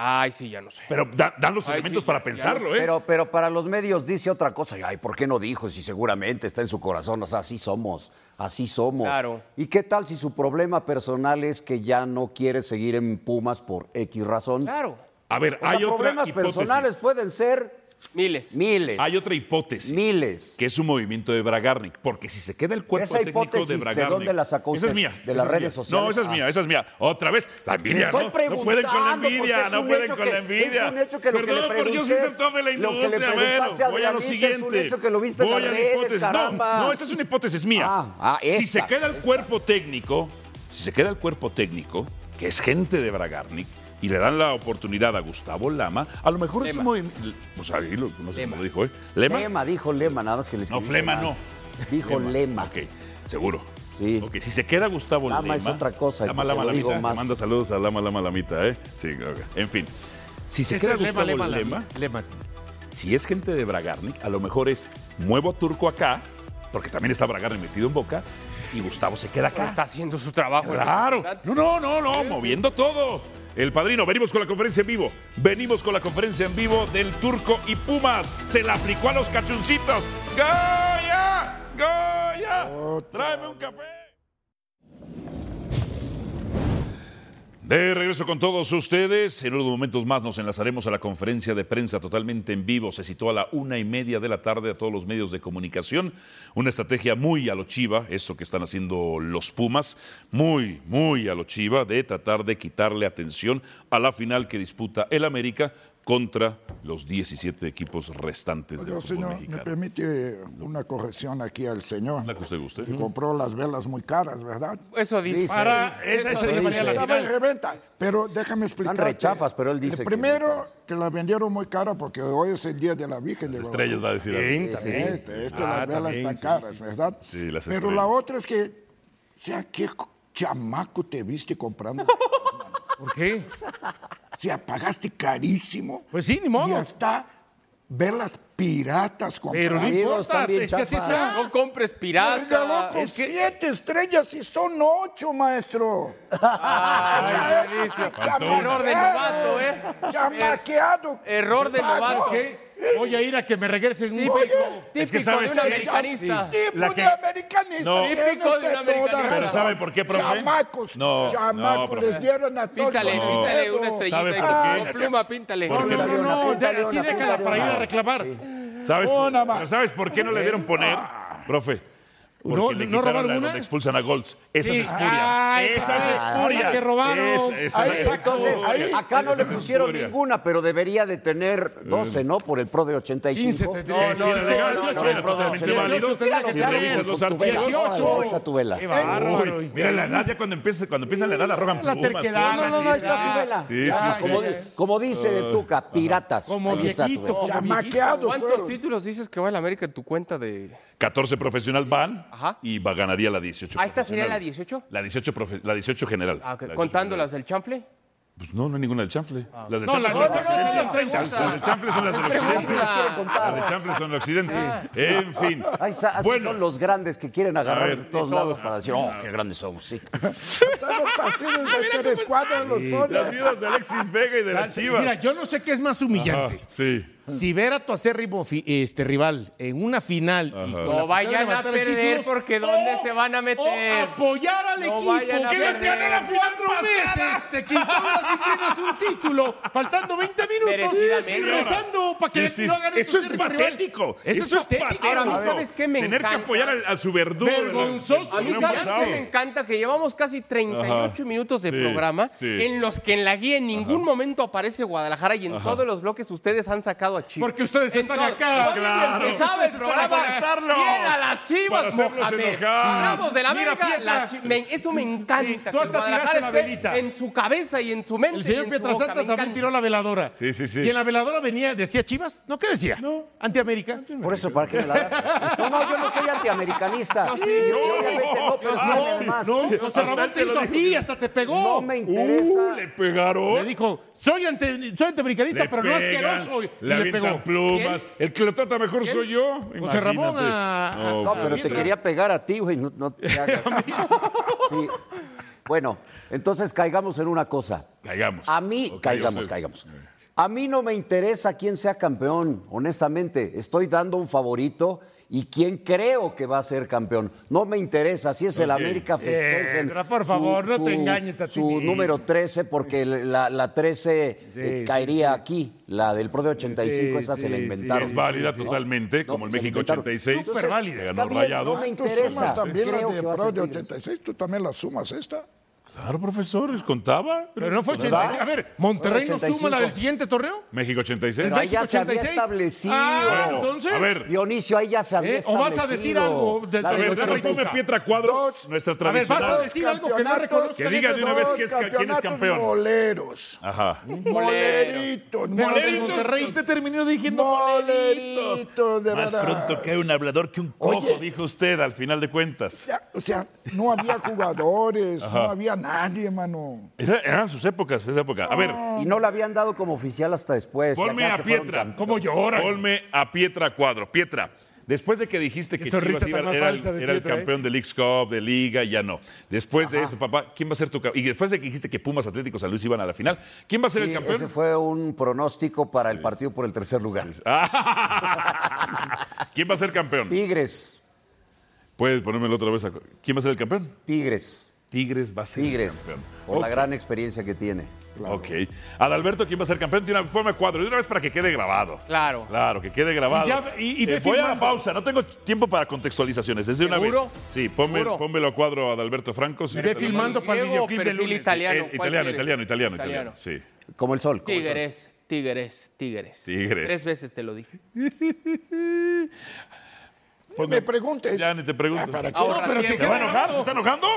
[SPEAKER 7] Ay, sí, ya no sé.
[SPEAKER 2] Pero da- dan los
[SPEAKER 7] Ay,
[SPEAKER 2] elementos
[SPEAKER 7] sí,
[SPEAKER 2] para
[SPEAKER 7] ya-
[SPEAKER 2] pensarlo, ¿eh?
[SPEAKER 9] Pero, pero para los medios dice otra cosa. Y, Ay, ¿por qué no dijo? Si seguramente está en su corazón. O sea, así somos. Así somos.
[SPEAKER 7] Claro.
[SPEAKER 9] ¿Y qué tal si su problema personal es que ya no quiere seguir en Pumas por X razón?
[SPEAKER 7] Claro.
[SPEAKER 2] a ver,
[SPEAKER 9] O sea,
[SPEAKER 2] hay otra
[SPEAKER 9] problemas
[SPEAKER 2] hipótesis.
[SPEAKER 9] personales pueden ser
[SPEAKER 7] Miles.
[SPEAKER 9] miles.
[SPEAKER 2] Hay otra hipótesis.
[SPEAKER 9] Miles.
[SPEAKER 2] Que es un movimiento de Bragarnik. Porque si se queda el cuerpo
[SPEAKER 9] Esa
[SPEAKER 2] técnico
[SPEAKER 9] hipótesis,
[SPEAKER 2] de
[SPEAKER 9] ¿de
[SPEAKER 2] Bragarnik.
[SPEAKER 9] dónde la sacó
[SPEAKER 2] Esa es
[SPEAKER 9] usted?
[SPEAKER 2] mía.
[SPEAKER 9] ¿De
[SPEAKER 2] esa
[SPEAKER 9] las
[SPEAKER 2] es
[SPEAKER 9] redes
[SPEAKER 2] mía.
[SPEAKER 9] sociales?
[SPEAKER 2] No, esa es
[SPEAKER 9] Ah.
[SPEAKER 2] mía, esa es mía. Otra vez, la
[SPEAKER 9] Le
[SPEAKER 2] envidia.
[SPEAKER 9] estoy
[SPEAKER 2] ¿no? No
[SPEAKER 9] preguntando,
[SPEAKER 2] pueden con la
[SPEAKER 9] porque
[SPEAKER 2] envidia,
[SPEAKER 9] es
[SPEAKER 2] no
[SPEAKER 9] un
[SPEAKER 2] pueden
[SPEAKER 9] hecho
[SPEAKER 2] con
[SPEAKER 9] que-
[SPEAKER 2] la envidia.
[SPEAKER 9] es un hecho que lo que
[SPEAKER 2] Perdón,
[SPEAKER 9] le
[SPEAKER 2] pero yo soy
[SPEAKER 9] preguntes,
[SPEAKER 2] sector de
[SPEAKER 9] lo
[SPEAKER 2] la
[SPEAKER 9] que le
[SPEAKER 2] industria. bueno,
[SPEAKER 9] preguntaste a
[SPEAKER 2] voy a lo
[SPEAKER 9] Adrianita,
[SPEAKER 2] siguiente.
[SPEAKER 9] es un hecho que lo viste en
[SPEAKER 2] Voy
[SPEAKER 9] las
[SPEAKER 2] a la
[SPEAKER 9] redes,
[SPEAKER 2] hipótesis.
[SPEAKER 9] caramba.
[SPEAKER 2] No, no, esta es una hipótesis mía.
[SPEAKER 9] Ah, ah,
[SPEAKER 2] si se
[SPEAKER 9] esta,
[SPEAKER 2] queda el
[SPEAKER 9] esta.
[SPEAKER 2] cuerpo técnico, si se queda el cuerpo técnico, que es gente de Bragarnik, y le dan la oportunidad a Gustavo Lama, a lo mejor es un
[SPEAKER 7] Lema.
[SPEAKER 2] movimiento. O sea, ahí lo- no sé
[SPEAKER 7] Lema.
[SPEAKER 2] cómo lo dijo, ¿eh? Lema.
[SPEAKER 9] Lema, dijo Lema, nada más que les
[SPEAKER 2] No, Flema no.
[SPEAKER 9] Dijo Lema.
[SPEAKER 2] Ok, seguro.
[SPEAKER 9] Sí.
[SPEAKER 2] Ok, si se queda Gustavo
[SPEAKER 9] Lama
[SPEAKER 2] Lama.
[SPEAKER 9] es otra cosa,
[SPEAKER 2] Lama
[SPEAKER 9] se
[SPEAKER 2] Lama
[SPEAKER 9] lo digo
[SPEAKER 2] Lamita.
[SPEAKER 9] más.
[SPEAKER 2] Manda saludos a Lama Lama Lamita, ¿eh? Sí, ok. En fin. Si se
[SPEAKER 4] Ese
[SPEAKER 2] queda
[SPEAKER 4] es Lema,
[SPEAKER 2] Gustavo
[SPEAKER 4] Lema,
[SPEAKER 2] Lema,
[SPEAKER 4] la- Lema.
[SPEAKER 2] si es gente de Bragarnik, a lo mejor es muevo a Turco acá, porque también está Bragarnik metido en boca, y Gustavo se queda
[SPEAKER 7] Pero
[SPEAKER 2] acá.
[SPEAKER 7] está haciendo su trabajo. el
[SPEAKER 2] Claro.
[SPEAKER 7] representante.
[SPEAKER 2] No, no, no, no, moviendo todo. El padrino, venimos con la conferencia en vivo. Venimos con la conferencia en vivo del Turco y Pumas. Se la aplicó a los cachuncitos. ¡Goya! ¡Goya! ¡Tráeme un café! De regreso con todos ustedes. En unos momentos más nos enlazaremos a la conferencia de prensa totalmente en vivo. Se citó a la una y media de la tarde a todos los medios de comunicación. Una estrategia muy a lo chiva, eso que están haciendo los Pumas, muy, muy a lo chiva, de tratar de quitarle atención a la final que disputa el América contra los 17 equipos restantes del
[SPEAKER 8] Oiga,
[SPEAKER 2] fútbol
[SPEAKER 8] señor, me
[SPEAKER 2] mexicano.
[SPEAKER 8] permite una corrección aquí al señor.
[SPEAKER 2] La que usted guste.
[SPEAKER 8] Que compró las velas muy caras, ¿verdad?
[SPEAKER 7] Eso dice.
[SPEAKER 2] Para- esa-
[SPEAKER 7] Eso
[SPEAKER 2] esa
[SPEAKER 7] dice.
[SPEAKER 2] sería la
[SPEAKER 8] Estaba en reventa. Pero déjame explicar.
[SPEAKER 9] rechafas, pero él dice que muy
[SPEAKER 8] Primero,
[SPEAKER 9] caras.
[SPEAKER 8] que las vendieron muy caras porque hoy es el día de la Virgen de Guadalupe.
[SPEAKER 2] Estrellas va a decir. algo.
[SPEAKER 4] Bien, también.
[SPEAKER 8] Este, este,
[SPEAKER 4] Ah,
[SPEAKER 8] las velas
[SPEAKER 4] también,
[SPEAKER 8] están
[SPEAKER 4] sí,
[SPEAKER 8] caras, ¿verdad?
[SPEAKER 2] Sí, las
[SPEAKER 8] Pero
[SPEAKER 2] estrellas.
[SPEAKER 8] la otra es que, o sea, ¿qué chamaco te viste <laughs> comprando?
[SPEAKER 4] ¿Por qué?
[SPEAKER 8] o sea, pagaste carísimo.
[SPEAKER 4] Pues sí, ni
[SPEAKER 8] Y
[SPEAKER 4] modo.
[SPEAKER 8] hasta velas piratas
[SPEAKER 4] Pero
[SPEAKER 8] compradas.
[SPEAKER 4] no
[SPEAKER 9] Amigos,
[SPEAKER 4] importa,
[SPEAKER 9] también
[SPEAKER 4] es que así
[SPEAKER 9] chafas.
[SPEAKER 4] está.
[SPEAKER 7] No compres
[SPEAKER 8] Me regaló
[SPEAKER 7] pirata.
[SPEAKER 8] con siete estrellas y son ocho, maestro. <laughs>
[SPEAKER 7] Ay, Mauricio.
[SPEAKER 8] Faltó una.
[SPEAKER 7] Error de novato, ¿eh?
[SPEAKER 8] Chamaqueado.
[SPEAKER 7] Error de novato.
[SPEAKER 4] Voy a ir a que me regresen un
[SPEAKER 7] Típico,
[SPEAKER 4] peso.
[SPEAKER 2] Es que
[SPEAKER 7] típico
[SPEAKER 2] ¿sabes
[SPEAKER 7] de un
[SPEAKER 2] qué?
[SPEAKER 7] americanista.
[SPEAKER 8] Tipo
[SPEAKER 2] La
[SPEAKER 8] de
[SPEAKER 2] que-
[SPEAKER 8] americanista.
[SPEAKER 2] No.
[SPEAKER 8] tiene
[SPEAKER 7] Típico de un
[SPEAKER 8] E usted toda
[SPEAKER 7] americanista.
[SPEAKER 8] razón.
[SPEAKER 2] Pero ¿sabe por qué, profe?
[SPEAKER 8] Chamacos.
[SPEAKER 2] No, no,
[SPEAKER 8] chamacos.
[SPEAKER 2] profe.
[SPEAKER 8] les dieron a todos.
[SPEAKER 7] Píntale,
[SPEAKER 8] con
[SPEAKER 7] píntale
[SPEAKER 8] dedo.
[SPEAKER 7] una
[SPEAKER 2] ¿Sabe por
[SPEAKER 7] estrellita.
[SPEAKER 2] qué?
[SPEAKER 7] Con pluma, píntale.
[SPEAKER 2] Porque-
[SPEAKER 4] No, no, no,
[SPEAKER 9] Dale
[SPEAKER 4] de-
[SPEAKER 9] una,
[SPEAKER 4] así
[SPEAKER 9] dale una,
[SPEAKER 4] déjala
[SPEAKER 9] dale
[SPEAKER 4] para ir a
[SPEAKER 9] una.
[SPEAKER 4] reclamar.
[SPEAKER 2] ¿Sabes,
[SPEAKER 8] Una
[SPEAKER 2] pero
[SPEAKER 8] más.
[SPEAKER 2] ¿Sabes por qué no le dieron poner, profe? Porque
[SPEAKER 4] No,
[SPEAKER 2] le
[SPEAKER 4] no
[SPEAKER 2] quitaron
[SPEAKER 4] robaron
[SPEAKER 2] la
[SPEAKER 4] una.
[SPEAKER 2] donde expulsan a Golds. Esa
[SPEAKER 4] Sí.
[SPEAKER 2] es espuria.
[SPEAKER 4] Ah,
[SPEAKER 2] esa es espuria.
[SPEAKER 4] que robaron.
[SPEAKER 2] Esa- esa-
[SPEAKER 8] Ahí,
[SPEAKER 2] esa-
[SPEAKER 9] Entonces,
[SPEAKER 8] Ahí.
[SPEAKER 9] acá no le
[SPEAKER 2] Esa es
[SPEAKER 9] pusieron
[SPEAKER 2] furia.
[SPEAKER 9] ninguna, pero debería de
[SPEAKER 2] Eh.
[SPEAKER 9] tener 12, ¿no? Por el pro de 85.
[SPEAKER 4] 15,
[SPEAKER 7] No, no,
[SPEAKER 2] Sí, legal,
[SPEAKER 7] no, no,
[SPEAKER 2] sí,
[SPEAKER 7] no,
[SPEAKER 2] totalmente
[SPEAKER 4] no, no,
[SPEAKER 2] válido.
[SPEAKER 4] no, tendría que
[SPEAKER 2] Si
[SPEAKER 4] estar
[SPEAKER 2] revisas
[SPEAKER 4] en-
[SPEAKER 2] los
[SPEAKER 9] con tu vela.
[SPEAKER 2] archivos.
[SPEAKER 9] Órale, ahí está tu vela.
[SPEAKER 4] Qué
[SPEAKER 2] Uy,
[SPEAKER 4] bárbaro.
[SPEAKER 2] mira la edad, ya cuando empieza, cuando empieza la edad la roban
[SPEAKER 4] La
[SPEAKER 2] plumas.
[SPEAKER 4] terquedad.
[SPEAKER 2] cosas.
[SPEAKER 9] No, no, no, ahí está su vela.
[SPEAKER 2] Sí,
[SPEAKER 9] Ah,
[SPEAKER 2] sí, sí.
[SPEAKER 9] como, di- como dice Tuca, piratas.
[SPEAKER 4] Como
[SPEAKER 9] ahí está tu
[SPEAKER 4] viejito,
[SPEAKER 9] vela.
[SPEAKER 4] como
[SPEAKER 8] Chamaqueados
[SPEAKER 7] ¿Cuántos
[SPEAKER 8] fueron.
[SPEAKER 7] títulos dices que va el América en tu cuenta de.?
[SPEAKER 2] 14 profesional van
[SPEAKER 7] Ajá.
[SPEAKER 2] y va, ganaría la 18.
[SPEAKER 7] Ah, ¿esta sería
[SPEAKER 2] profesional.
[SPEAKER 7] la 18?
[SPEAKER 2] La 18, profe- la 18 general.
[SPEAKER 7] Ah, ok.
[SPEAKER 2] La 18
[SPEAKER 7] Contando
[SPEAKER 2] general.
[SPEAKER 7] las del chanfle.
[SPEAKER 2] Pues no, no hay ninguna del chanfle. Las del
[SPEAKER 4] Ah. No,
[SPEAKER 2] chanfle
[SPEAKER 4] las
[SPEAKER 2] son
[SPEAKER 4] del
[SPEAKER 2] las
[SPEAKER 4] chanfle son
[SPEAKER 2] del
[SPEAKER 4] las del
[SPEAKER 2] occidente. Las del chanfle son las del occidente. Las del chanfle son del occidente.
[SPEAKER 4] Ah.
[SPEAKER 2] En fin.
[SPEAKER 9] Ahí está, así
[SPEAKER 2] Bueno.
[SPEAKER 9] son los grandes que quieren <laughs> agarrar
[SPEAKER 2] ver,
[SPEAKER 9] de todos lados para decir, oh, qué grandes somos,
[SPEAKER 2] <laughs>
[SPEAKER 9] sí.
[SPEAKER 8] Están los partidos de tres cuadros los
[SPEAKER 2] Las
[SPEAKER 8] ponen.
[SPEAKER 2] vidas de Alexis Vega y de la Chivas.
[SPEAKER 4] Mira, yo no sé qué es más
[SPEAKER 2] Ah,
[SPEAKER 4] humillante.
[SPEAKER 2] sí.
[SPEAKER 4] si ver a tu acérrimo fi- este, rival en una final y con la
[SPEAKER 7] No vayan a
[SPEAKER 4] posibilidad de levantar el
[SPEAKER 7] perder
[SPEAKER 4] título, Oh,
[SPEAKER 7] porque ¿dónde se van a meter?
[SPEAKER 4] apoyar al
[SPEAKER 7] No
[SPEAKER 4] equipo
[SPEAKER 7] vayan a
[SPEAKER 4] que les
[SPEAKER 7] perder.
[SPEAKER 4] ganó la final cuatro meses, te quitó las vitrinas un título, faltando 20 minutos y
[SPEAKER 7] Merecidamente.
[SPEAKER 4] rezando para que
[SPEAKER 2] Sí, sí,
[SPEAKER 4] no hagan el
[SPEAKER 2] eso es
[SPEAKER 4] tercer rival.
[SPEAKER 2] patético.
[SPEAKER 4] Eso, es patético.
[SPEAKER 7] Ahora, a mí,
[SPEAKER 2] Patético.
[SPEAKER 7] ¿sabes qué me
[SPEAKER 2] Tener que
[SPEAKER 7] encanta?
[SPEAKER 2] apoyar al- a, su verdugo. de la-
[SPEAKER 4] Vergonzoso.
[SPEAKER 2] del
[SPEAKER 7] A mí,
[SPEAKER 2] torneo
[SPEAKER 7] ¿sabes
[SPEAKER 2] pasado.
[SPEAKER 7] qué me encanta? Que llevamos casi 38
[SPEAKER 2] Ajá.
[SPEAKER 7] minutos de
[SPEAKER 2] Sí,
[SPEAKER 7] programa
[SPEAKER 2] sí.
[SPEAKER 7] en los que en la guía en ningún momento aparece Guadalajara y en todos los bloques ustedes han sacado a Chivas.
[SPEAKER 4] Porque ustedes
[SPEAKER 7] En
[SPEAKER 4] están
[SPEAKER 7] todo-
[SPEAKER 4] acá.
[SPEAKER 7] Cuando
[SPEAKER 2] claro.
[SPEAKER 7] empezaba el
[SPEAKER 2] Ustedes
[SPEAKER 7] programa,
[SPEAKER 2] están para molestarlo.
[SPEAKER 7] bien a las
[SPEAKER 2] Para
[SPEAKER 7] Chivas,
[SPEAKER 2] hacerlos
[SPEAKER 7] Mohamed.
[SPEAKER 2] enojar.
[SPEAKER 7] Si hablamos de la
[SPEAKER 4] Mira,
[SPEAKER 7] América,
[SPEAKER 4] Pietra.
[SPEAKER 7] la chi- me- eso me
[SPEAKER 4] Sí,
[SPEAKER 7] encanta.
[SPEAKER 4] tú
[SPEAKER 7] que
[SPEAKER 4] hasta
[SPEAKER 7] Guadalajara
[SPEAKER 4] tiraste la
[SPEAKER 7] esté
[SPEAKER 4] velita.
[SPEAKER 7] En su cabeza y en su mente y
[SPEAKER 4] El
[SPEAKER 7] en
[SPEAKER 4] señor
[SPEAKER 7] su
[SPEAKER 4] Pietrasanta
[SPEAKER 7] boca, me
[SPEAKER 4] también
[SPEAKER 7] encanta.
[SPEAKER 4] tiró la veladora.
[SPEAKER 2] Sí, sí, sí.
[SPEAKER 4] Y en la veladora venía, decía Chivas. ¿No qué decía? No. Antiamérica.
[SPEAKER 9] Por eso, ¿para qué me la das? No, no, yo no soy antiamericanista.
[SPEAKER 7] No, sí,
[SPEAKER 9] Y
[SPEAKER 7] no,
[SPEAKER 9] obviamente no, pero
[SPEAKER 7] no,
[SPEAKER 9] dame más.
[SPEAKER 4] No, o sea,
[SPEAKER 2] hasta
[SPEAKER 4] Ramón te
[SPEAKER 2] te lo
[SPEAKER 4] hizo
[SPEAKER 2] dijo
[SPEAKER 4] así, hasta te pegó.
[SPEAKER 9] No me
[SPEAKER 2] Uh,
[SPEAKER 9] interesa.
[SPEAKER 2] le
[SPEAKER 4] Le
[SPEAKER 2] pegaron.
[SPEAKER 4] dijo, soy, ante- soy antiamericanista,
[SPEAKER 2] Le
[SPEAKER 4] pero no
[SPEAKER 2] pegan,
[SPEAKER 4] asqueroso. Y
[SPEAKER 2] Le
[SPEAKER 4] le, pegó.
[SPEAKER 2] avientan plumas. El que lo trata mejor soy yo.
[SPEAKER 4] José Ramón
[SPEAKER 2] Imagínate. pues,
[SPEAKER 4] a- a-
[SPEAKER 9] No, pero te
[SPEAKER 4] Pietra.
[SPEAKER 9] quería pegar a ti, güey. No, no
[SPEAKER 2] <laughs>
[SPEAKER 9] te hagas. Sí. Bueno, entonces caigamos en una cosa.
[SPEAKER 2] Caigamos.
[SPEAKER 9] A mí,
[SPEAKER 2] Ok,
[SPEAKER 9] caigamos,
[SPEAKER 2] ok.
[SPEAKER 9] caigamos. A mí no me interesa quién sea campeón, honestamente. Estoy dando un favorito y quién creo que va a ser campeón. No me interesa si es el
[SPEAKER 2] Ok. Eh,
[SPEAKER 9] América festejen.
[SPEAKER 4] Piedra, por favor, no te engañes a ti
[SPEAKER 9] Su
[SPEAKER 4] mismo.
[SPEAKER 9] número 13, porque la, la 13 eh,
[SPEAKER 4] Sí,
[SPEAKER 9] caería aquí. La del Pro de 85,
[SPEAKER 4] Sí,
[SPEAKER 9] esa se
[SPEAKER 4] sí,
[SPEAKER 9] la
[SPEAKER 4] sí,
[SPEAKER 9] inventaron.
[SPEAKER 2] es válida
[SPEAKER 9] ¿no?
[SPEAKER 2] totalmente,
[SPEAKER 9] No,
[SPEAKER 2] como el
[SPEAKER 9] se la
[SPEAKER 2] México
[SPEAKER 9] inventaron.
[SPEAKER 2] 86.
[SPEAKER 4] Súper válida.
[SPEAKER 2] Le ganó
[SPEAKER 9] Está bien,
[SPEAKER 2] Rayados.
[SPEAKER 9] no me
[SPEAKER 8] Tú sumas
[SPEAKER 9] interesa.
[SPEAKER 8] también la
[SPEAKER 9] Creo
[SPEAKER 8] de
[SPEAKER 9] que va a
[SPEAKER 8] Pro
[SPEAKER 9] ser
[SPEAKER 8] de
[SPEAKER 9] Tigres.
[SPEAKER 8] 86, tú también la sumas esta.
[SPEAKER 2] Claro, profesor, les contaba.
[SPEAKER 4] Pero no fue
[SPEAKER 2] ¿Verdad?
[SPEAKER 4] 86. A ver, ¿Monterrey no
[SPEAKER 9] 85.
[SPEAKER 4] suma la del siguiente torneo?
[SPEAKER 2] México 86.
[SPEAKER 9] Pero ahí ya se había
[SPEAKER 4] 86.
[SPEAKER 9] establecido.
[SPEAKER 4] Ah,
[SPEAKER 2] Bueno,
[SPEAKER 4] entonces.
[SPEAKER 2] A ver,
[SPEAKER 9] Dionisio, ahí ya se había
[SPEAKER 4] ¿Eh? ¿O vas a decir
[SPEAKER 9] establecido.
[SPEAKER 4] algo de-
[SPEAKER 9] La
[SPEAKER 2] a
[SPEAKER 4] de-
[SPEAKER 9] del
[SPEAKER 2] ver, dame
[SPEAKER 9] 85.
[SPEAKER 2] tú me Pietra Cuadro,
[SPEAKER 8] Dos.
[SPEAKER 2] nuestra
[SPEAKER 4] A ver, vas a
[SPEAKER 2] tradicional.
[SPEAKER 4] decir algo que no
[SPEAKER 8] campeonatos.
[SPEAKER 4] reconozca.
[SPEAKER 2] Que diga de una vez
[SPEAKER 8] Dos
[SPEAKER 2] que es ca- quién es
[SPEAKER 8] campeonatos
[SPEAKER 2] campeón.
[SPEAKER 8] Boleros.
[SPEAKER 2] Ajá.
[SPEAKER 8] Moleritos,
[SPEAKER 4] Pero del
[SPEAKER 8] moleritos.
[SPEAKER 4] Monterrey usted terminó diciendo.
[SPEAKER 8] Moleritos, de
[SPEAKER 2] Más
[SPEAKER 8] verdad.
[SPEAKER 2] pronto cae un hablador que un cojo,
[SPEAKER 8] Oye.
[SPEAKER 2] dijo usted al final de cuentas.
[SPEAKER 8] Ya, O sea, no había jugadores, no había nadie, mano.
[SPEAKER 2] Era- eran sus épocas, esa época. A ver,
[SPEAKER 9] Ah. Y no la habían dado como oficial hasta después.
[SPEAKER 2] ponme
[SPEAKER 9] acá
[SPEAKER 2] a
[SPEAKER 9] que fueron
[SPEAKER 2] Pietra.
[SPEAKER 9] campeones.
[SPEAKER 2] ¿Cómo llora? Ponme a Pietra Cuadro. Pietra, después de que dijiste que
[SPEAKER 4] Qué sonrisa
[SPEAKER 2] Chivas
[SPEAKER 4] tan
[SPEAKER 2] iba-
[SPEAKER 4] más
[SPEAKER 2] era, el-
[SPEAKER 4] falsa de
[SPEAKER 2] era el
[SPEAKER 4] Pietra, ¿eh?
[SPEAKER 2] campeón del Leagues Cup, de Liga, ya no. Después de eso, papá, ¿quién va a ser tu campeón? Y después de que dijiste que Pumas Atlético San Luis iban a la final, ¿quién va a ser el
[SPEAKER 9] Sí,
[SPEAKER 2] campeón?
[SPEAKER 9] Ese fue un pronóstico para el partido por el tercer lugar.
[SPEAKER 2] Ah, <laughs> ¿Quién va a ser campeón?
[SPEAKER 9] Tigres,
[SPEAKER 2] Puedes ponérmelo otra vez. a- ¿Quién va a ser el campeón?
[SPEAKER 9] Tigres,
[SPEAKER 2] Tigres va a ser
[SPEAKER 9] Tigres. Por
[SPEAKER 2] el campeón.
[SPEAKER 9] la gran experiencia que tiene.
[SPEAKER 2] Ok. Adalberto, ¿quién va a ser campeón? De una, ponme cuadro, de una vez para que quede grabado.
[SPEAKER 7] Claro.
[SPEAKER 2] Claro, que quede grabado.
[SPEAKER 4] Y
[SPEAKER 2] Eh,
[SPEAKER 4] ya- y- y ve
[SPEAKER 2] voy a la
[SPEAKER 4] firmando.
[SPEAKER 2] pausa, no tengo tiempo para contextualizaciones. Es de una
[SPEAKER 7] ¿Seguro?
[SPEAKER 2] vez. Sí, ponme,
[SPEAKER 7] ¿Seguro?
[SPEAKER 2] pónmelo a cuadro a Adalberto Franco. si
[SPEAKER 4] Y
[SPEAKER 2] no
[SPEAKER 4] ve
[SPEAKER 2] te lo
[SPEAKER 4] filmando
[SPEAKER 2] mando.
[SPEAKER 4] para el
[SPEAKER 7] Griego,
[SPEAKER 4] videoclip de
[SPEAKER 7] perfil
[SPEAKER 4] lunes.
[SPEAKER 7] italiano.
[SPEAKER 2] Eh,
[SPEAKER 7] ¿cuál
[SPEAKER 2] italiano,
[SPEAKER 7] quieres?
[SPEAKER 2] italiano, italiano, italiano.
[SPEAKER 7] Italiano.
[SPEAKER 2] Sí.
[SPEAKER 9] Como el sol. como el sol.
[SPEAKER 7] Tigres, tigres, tigres.
[SPEAKER 2] Tigres.
[SPEAKER 7] Tres veces te lo dije.
[SPEAKER 2] Pues
[SPEAKER 8] No me preguntes. Ah,
[SPEAKER 2] Ya ni te pregunto.
[SPEAKER 8] ¿Para qué?
[SPEAKER 7] Ahorra
[SPEAKER 4] pero que
[SPEAKER 7] tiempo.
[SPEAKER 2] ¿Se va a enojar? ¿Se está enojando?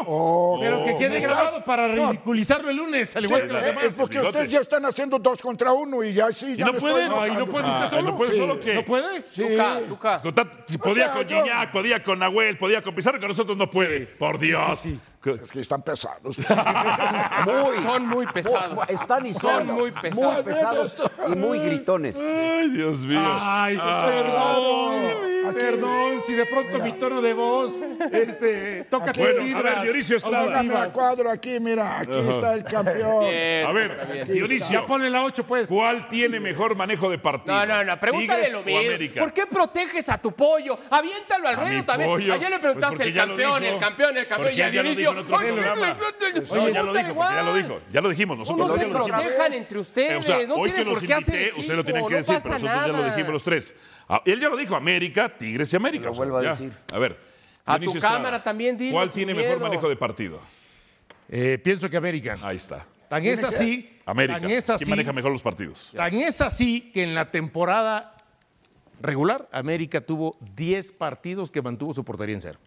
[SPEAKER 4] Pero que
[SPEAKER 9] Oh.
[SPEAKER 4] quede grabado para ridiculizarlo el lunes, al
[SPEAKER 8] Sí,
[SPEAKER 4] igual que los
[SPEAKER 8] eh,
[SPEAKER 4] demás.
[SPEAKER 8] es porque
[SPEAKER 2] bigotes.
[SPEAKER 8] ustedes ya están haciendo dos contra uno y ya sí,
[SPEAKER 2] ¿Y
[SPEAKER 8] ya
[SPEAKER 2] no
[SPEAKER 8] me
[SPEAKER 2] puede?
[SPEAKER 8] estoy
[SPEAKER 2] No,
[SPEAKER 4] Ahí no
[SPEAKER 8] enojando.
[SPEAKER 4] puede usted
[SPEAKER 2] Ah,
[SPEAKER 4] solo.
[SPEAKER 2] ¿no puede
[SPEAKER 4] Sí.
[SPEAKER 2] solo qué?
[SPEAKER 4] ¿No puede?
[SPEAKER 7] Tuca, Tuca.
[SPEAKER 2] Con tan- si podía
[SPEAKER 8] sea,
[SPEAKER 2] con
[SPEAKER 8] yo-
[SPEAKER 2] Gignac, podía con Nahuel, podía con Pizarro, con nosotros no puede. Por Dios.
[SPEAKER 4] sí,
[SPEAKER 2] Que-
[SPEAKER 8] Es que están pesados.
[SPEAKER 7] Son muy pesados.
[SPEAKER 9] Están y
[SPEAKER 7] Son muy pesados.
[SPEAKER 9] Muy pesados y muy gritones.
[SPEAKER 2] Ay, Dios mío.
[SPEAKER 4] Ay, perdón.
[SPEAKER 8] Aquí-
[SPEAKER 4] Ah, Perdón, si de pronto mi tono de voz este, toca tus
[SPEAKER 2] Bueno, a
[SPEAKER 4] fibras
[SPEAKER 2] ver, Dionisio Estrada.
[SPEAKER 8] Póngame a
[SPEAKER 4] auditivas.
[SPEAKER 8] cuadro aquí, mira, aquí está el campeón.
[SPEAKER 7] Bien,
[SPEAKER 2] A
[SPEAKER 7] está bien.
[SPEAKER 2] ver, Dionisio,
[SPEAKER 4] Ya ponle la 8, pues.
[SPEAKER 2] ¿cuál tiene mejor manejo de partido?
[SPEAKER 7] No, no, no, pregúntale
[SPEAKER 2] ¿Tigres
[SPEAKER 7] lo
[SPEAKER 2] o
[SPEAKER 7] mismo.
[SPEAKER 2] América?
[SPEAKER 7] ¿Por qué proteges a tu pollo? Aviéntalo al
[SPEAKER 2] A mi
[SPEAKER 7] ruedo también.
[SPEAKER 2] pollo.
[SPEAKER 7] Ayer le
[SPEAKER 2] Pues
[SPEAKER 7] preguntaste
[SPEAKER 2] porque
[SPEAKER 7] el
[SPEAKER 2] ya lo
[SPEAKER 7] campeón,
[SPEAKER 2] dijo.
[SPEAKER 7] el campeón, el campeón.
[SPEAKER 2] Porque
[SPEAKER 7] Y a
[SPEAKER 2] ya lo dijo
[SPEAKER 7] Dionisio.
[SPEAKER 2] en otro
[SPEAKER 7] "Ay,
[SPEAKER 2] programa".
[SPEAKER 7] no, no, no, oye,
[SPEAKER 2] No, ya lo
[SPEAKER 7] pregúntale
[SPEAKER 2] dijo, porque ya lo
[SPEAKER 7] igual.
[SPEAKER 2] dijo. Ya lo dijimos nosotros.
[SPEAKER 7] Uno
[SPEAKER 2] ya
[SPEAKER 7] se
[SPEAKER 2] lo dijimos.
[SPEAKER 7] protejan entre
[SPEAKER 2] Eh,
[SPEAKER 7] ustedes.
[SPEAKER 2] o sea,
[SPEAKER 7] no
[SPEAKER 2] hoy que
[SPEAKER 7] tienen
[SPEAKER 2] los
[SPEAKER 7] por qué hacer
[SPEAKER 2] invité,
[SPEAKER 7] equipo.
[SPEAKER 2] ustedes lo tenían que
[SPEAKER 7] no
[SPEAKER 2] decir,
[SPEAKER 7] pasa
[SPEAKER 2] pero nosotros
[SPEAKER 7] nada.
[SPEAKER 2] ya lo dijimos los tres. Ah, él ya lo dijo, América, Tigres y América.
[SPEAKER 9] Lo
[SPEAKER 2] o sea,
[SPEAKER 9] vuelvo a
[SPEAKER 2] ya.
[SPEAKER 9] decir.
[SPEAKER 2] A ver.
[SPEAKER 7] A
[SPEAKER 2] Dionisio
[SPEAKER 7] tu
[SPEAKER 2] Estrada,
[SPEAKER 7] cámara también, dilo,
[SPEAKER 2] ¿Cuál
[SPEAKER 7] sin
[SPEAKER 2] tiene mejor
[SPEAKER 7] miedo.
[SPEAKER 2] manejo de partido?
[SPEAKER 4] Eh, pienso que América.
[SPEAKER 2] Ahí está.
[SPEAKER 4] Tan es así.
[SPEAKER 2] América.
[SPEAKER 4] Tan es así.
[SPEAKER 2] ¿Quién maneja mejor los partidos?
[SPEAKER 4] Tan es así que en la temporada regular, América tuvo 10 partidos que mantuvo su portería en cero.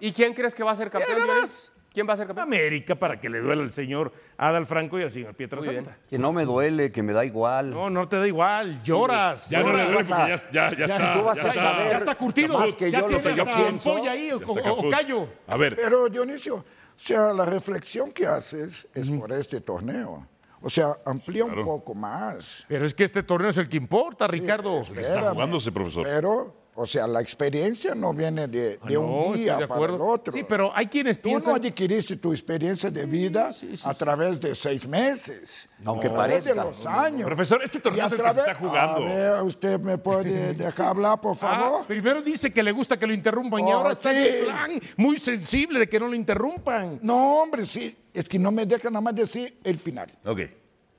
[SPEAKER 7] ¿Y quién crees que va a ser campeón?
[SPEAKER 4] nada
[SPEAKER 7] Dionisio?
[SPEAKER 4] más.
[SPEAKER 7] ¿Quién va a ser campeón?
[SPEAKER 4] América para que le duela al señor Adal Franco y al señor Pietra Santa.
[SPEAKER 9] Que no me duele, que me da igual.
[SPEAKER 4] No, no te da igual, lloras.
[SPEAKER 2] Ya no
[SPEAKER 4] lloras.
[SPEAKER 2] le duele
[SPEAKER 9] vas a-
[SPEAKER 2] porque ya, ya, ya está.
[SPEAKER 9] tú vas
[SPEAKER 2] ya
[SPEAKER 9] a
[SPEAKER 2] está.
[SPEAKER 9] saber.
[SPEAKER 4] Ya está curtido.
[SPEAKER 9] Más que
[SPEAKER 4] ya
[SPEAKER 9] yo lo
[SPEAKER 4] tiene
[SPEAKER 9] que yo
[SPEAKER 4] hasta
[SPEAKER 9] pienso.
[SPEAKER 4] ampolla ahí o,
[SPEAKER 2] Ya está
[SPEAKER 4] o- o
[SPEAKER 2] caput.
[SPEAKER 4] callo.
[SPEAKER 2] A ver,
[SPEAKER 8] Pero Dionisio, o sea, la reflexión que haces es por este torneo. O sea, amplía un poco más.
[SPEAKER 4] Pero es que este torneo es el que importa, Ricardo.
[SPEAKER 2] está jugándose, profesor.
[SPEAKER 8] Pero O sea, la experiencia no viene de, de
[SPEAKER 4] Ah, no,
[SPEAKER 8] un
[SPEAKER 4] estoy
[SPEAKER 8] día
[SPEAKER 4] de
[SPEAKER 8] para el
[SPEAKER 4] acuerdo.
[SPEAKER 8] otro.
[SPEAKER 4] Sí, pero hay quienes
[SPEAKER 8] Tú
[SPEAKER 4] piensan-
[SPEAKER 8] no adquiriste tu experiencia de vida a través de seis meses.
[SPEAKER 9] Aunque
[SPEAKER 8] a través de
[SPEAKER 9] parezca.
[SPEAKER 8] los años.
[SPEAKER 2] Profesor, este torneo
[SPEAKER 8] Y a
[SPEAKER 2] es el que se
[SPEAKER 8] través-
[SPEAKER 2] está
[SPEAKER 8] A
[SPEAKER 2] jugando.
[SPEAKER 8] ver, ¿usted me
[SPEAKER 2] <laughs>
[SPEAKER 8] puede dejar hablar, por favor?
[SPEAKER 4] Ah, primero dice que le gusta que lo interrumpan y
[SPEAKER 8] Oh,
[SPEAKER 4] ahora está
[SPEAKER 8] sí.
[SPEAKER 4] en un plan muy sensible de que no lo interrumpan.
[SPEAKER 8] No, hombre, sí. Es que no me deja nada más decir el final.
[SPEAKER 2] Ok,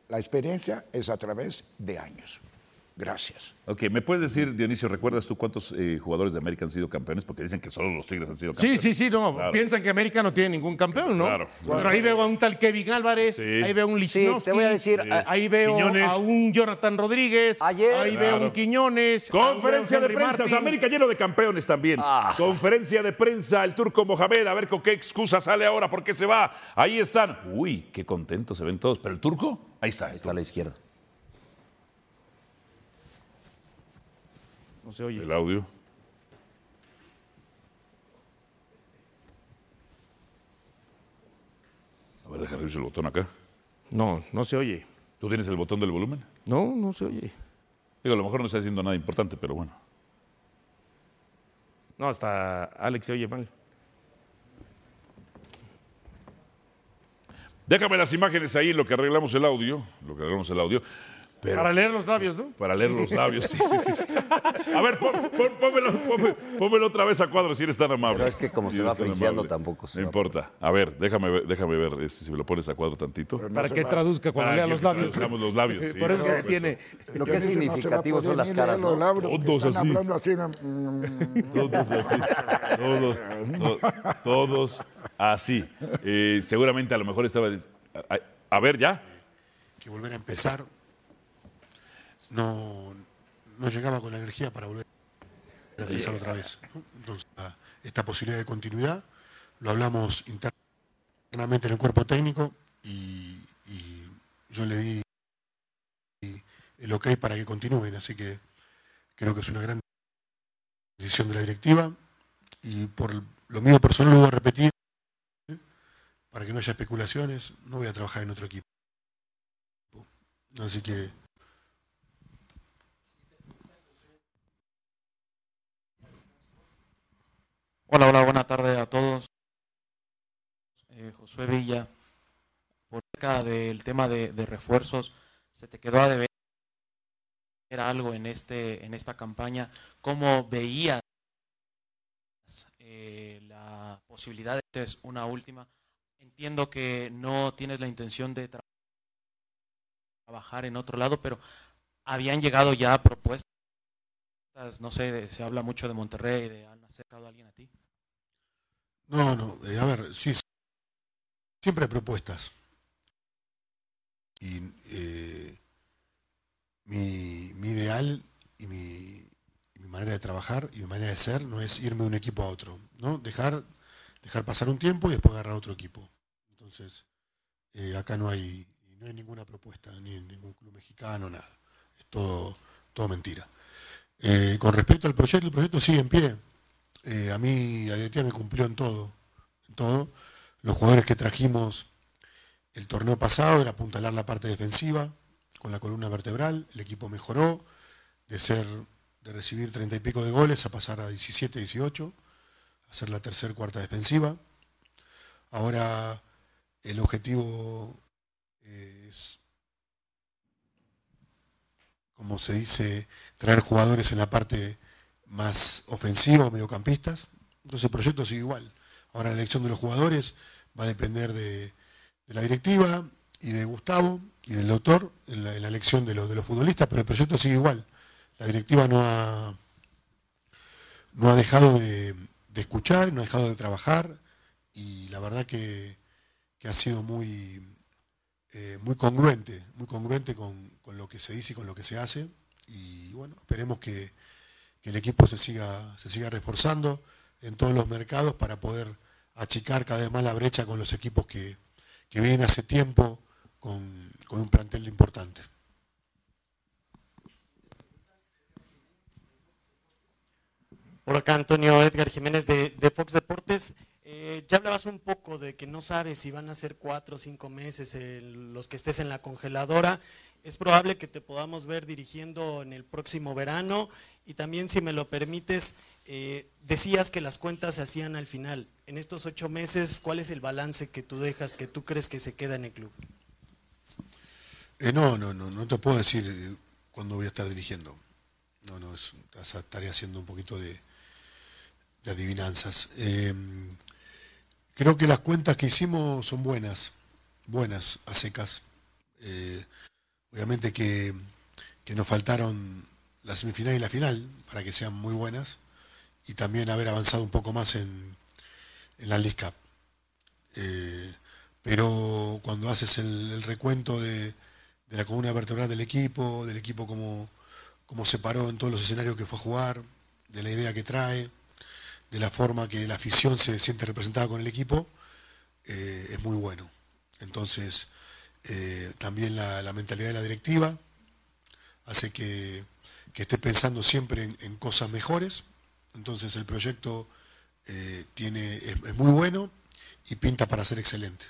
[SPEAKER 8] La experiencia es a través de años. Gracias.
[SPEAKER 2] ok. ¿Me puedes decir, Dionisio, recuerdas tú cuántos eh, jugadores de América han sido campeones? Porque dicen que solo los Tigres han sido
[SPEAKER 4] Sí,
[SPEAKER 2] campeones.
[SPEAKER 4] sí, sí, no.
[SPEAKER 2] Claro.
[SPEAKER 4] Piensan que América no tiene ningún campeón, ¿no?
[SPEAKER 2] Claro.
[SPEAKER 4] Pero ahí veo a un tal Kevin Álvarez,
[SPEAKER 2] Sí.
[SPEAKER 4] ahí veo a un
[SPEAKER 9] Sí,
[SPEAKER 4] Lichnowsky.
[SPEAKER 9] te voy a decir, Sí. a-
[SPEAKER 4] Ahí veo
[SPEAKER 2] Quiñones.
[SPEAKER 4] a un Jonathan Rodríguez.
[SPEAKER 9] Ayer-
[SPEAKER 4] Ahí veo a
[SPEAKER 2] Claro.
[SPEAKER 4] un Quiñones. ahí veo
[SPEAKER 2] Conferencia de
[SPEAKER 4] a un Henry
[SPEAKER 2] prensa, o sea,
[SPEAKER 4] Martin.
[SPEAKER 2] América lleno de campeones también.
[SPEAKER 9] Ah.
[SPEAKER 2] Conferencia de prensa, el turco Mohamed, a ver con qué excusa sale ahora, por qué se va. Ahí están. Uy, qué contentos se ven todos. Pero el turco, ahí está. el
[SPEAKER 9] Está a la izquierda.
[SPEAKER 4] No se oye.
[SPEAKER 2] El audio. A ver, déjame el botón acá.
[SPEAKER 4] No, no se oye.
[SPEAKER 2] ¿Tú tienes el botón del volumen?
[SPEAKER 4] No, no se oye.
[SPEAKER 2] Digo, a lo mejor no está haciendo nada importante, pero bueno.
[SPEAKER 4] No, hasta Alex se oye mal.
[SPEAKER 2] Déjame las imágenes ahí, lo que arreglamos el audio. Lo que arreglamos el audio. Pero
[SPEAKER 4] Para leer los labios, ¿no?
[SPEAKER 2] para leer los labios, sí, sí, sí.
[SPEAKER 8] <laughs>
[SPEAKER 2] sí. A ver, pon- pon- pónmelo, pónmelo- pónmelo otra vez a cuadro si eres tan amable.
[SPEAKER 9] Pero es que como
[SPEAKER 2] Si
[SPEAKER 9] se
[SPEAKER 2] eres
[SPEAKER 9] va
[SPEAKER 2] tan
[SPEAKER 9] friseando,
[SPEAKER 2] amable.
[SPEAKER 9] tampoco se
[SPEAKER 2] No
[SPEAKER 9] va a
[SPEAKER 2] importa. A ver, déjame ver, déjame ver este, si me lo pones a cuadro tantito.
[SPEAKER 4] para que traduzca cuando
[SPEAKER 2] Para
[SPEAKER 4] lea
[SPEAKER 2] que
[SPEAKER 4] los labios.
[SPEAKER 2] traduzcamos los
[SPEAKER 9] Eh,
[SPEAKER 2] labios, sí,
[SPEAKER 4] Por eso
[SPEAKER 2] por
[SPEAKER 4] se tiene.
[SPEAKER 9] Lo
[SPEAKER 8] Yo dice, no
[SPEAKER 9] que es
[SPEAKER 8] se va a
[SPEAKER 9] significativo
[SPEAKER 8] poder
[SPEAKER 9] son las
[SPEAKER 8] ni
[SPEAKER 9] caras,
[SPEAKER 8] leer los
[SPEAKER 9] ¿no?
[SPEAKER 8] labios, porque
[SPEAKER 2] Todos
[SPEAKER 8] están
[SPEAKER 2] así.
[SPEAKER 8] hablando así.
[SPEAKER 2] <laughs>
[SPEAKER 8] mm,
[SPEAKER 2] Todos así. Todos, to- todos así. Eh, seguramente a lo mejor estaba. dis- A, a- a ver, ya.
[SPEAKER 1] que volver a empezar. No, no llegaba con la energía para volver a empezar otra vez. ¿no? Entonces, ah, esta posibilidad de continuidad lo hablamos internamente en el cuerpo técnico y, y yo le di el ok para que continúen. Así que creo que es una gran decisión de la directiva y por lo mío personal lo voy a repetir para que no haya especulaciones, no voy a trabajar en otro equipo. Así que.
[SPEAKER 3] Hola, hola, buenas tardes a todos. Eh, Josué Villa, por acá del tema de, de refuerzos, se te quedó a deber algo en, este, en esta campaña. ¿Cómo veías eh, la posibilidad de esta es una última? Entiendo que no tienes la intención de tra- trabajar en otro lado, pero habían llegado ya propuestas, no sé, de- se habla mucho de Monterrey, de, ¿han acercado a alguien a ti?
[SPEAKER 1] No, no, eh, a ver, sí. Siempre hay propuestas. Y eh, mi, mi ideal y mi, y mi manera de trabajar y mi manera de ser no es irme de un equipo a otro, ¿no? Dejar, dejar pasar un tiempo y después agarrar otro equipo. Entonces, eh, acá no hay, no hay ninguna propuesta, ni ningún club mexicano, nada. Es todo, todo mentira. Eh, con respecto al proyecto, el proyecto sigue en pie. Eh, a mí, a Dietia me cumplió en todo. En todo. Los jugadores que trajimos el torneo pasado era apuntalar la parte defensiva con la columna vertebral. El equipo mejoró de ser de recibir treinta y pico de goles a pasar a 17, 18, a ser la tercer cuarta defensiva. Ahora el objetivo es, como se dice, traer jugadores en la parte más ofensivos, mediocampistas. Entonces el proyecto sigue igual. Ahora la elección de los jugadores va a depender de, de la directiva y de Gustavo y del doctor en la, en la elección de, los de los futbolistas, pero el proyecto sigue igual. La directiva no ha, no ha dejado de, de escuchar, no ha dejado de trabajar y la verdad que, que ha sido muy, eh, muy congruente, muy congruente con, con lo que se dice y con lo que se hace. Y bueno, esperemos que, que el equipo se siga, se siga reforzando en todos los mercados para poder achicar cada vez más la brecha con los equipos que, que vienen hace tiempo con, con un plantel importante.
[SPEAKER 3] Por acá Antonio Edgar Jiménez de, de Fox Deportes. Eh, ya hablabas un poco de que no sabes si van a ser cuatro o cinco meses eh, los que estés en la congeladora.
[SPEAKER 12] Es probable que te podamos ver dirigiendo en el próximo verano y también, si me lo permites, eh, decías que las cuentas se hacían al final. En estos ocho meses, ¿cuál es el balance que tú dejas, que tú crees que se queda en el club?
[SPEAKER 1] Eh, no, no, no, no te puedo decir eh, cuándo voy a estar dirigiendo. No, no, es, esa tarea haciendo un poquito de, de adivinanzas. Eh, creo que las cuentas que hicimos son buenas, buenas, a secas. Eh, obviamente que, que nos faltaron la semifinal y la final para que sean muy buenas y también haber avanzado un poco más en, en la League Cup. Eh, pero cuando haces el, el recuento de, de la columna vertebral del equipo, del equipo como, como se paró en todos los escenarios que fue a jugar, de la idea que trae, de la forma que la afición se siente representada con el equipo, eh, es muy bueno. Entonces, eh, también la, la mentalidad de la directiva hace que, que esté pensando siempre en, en cosas mejores. Entonces, el proyecto eh, tiene, es, es muy bueno y pinta para ser excelente.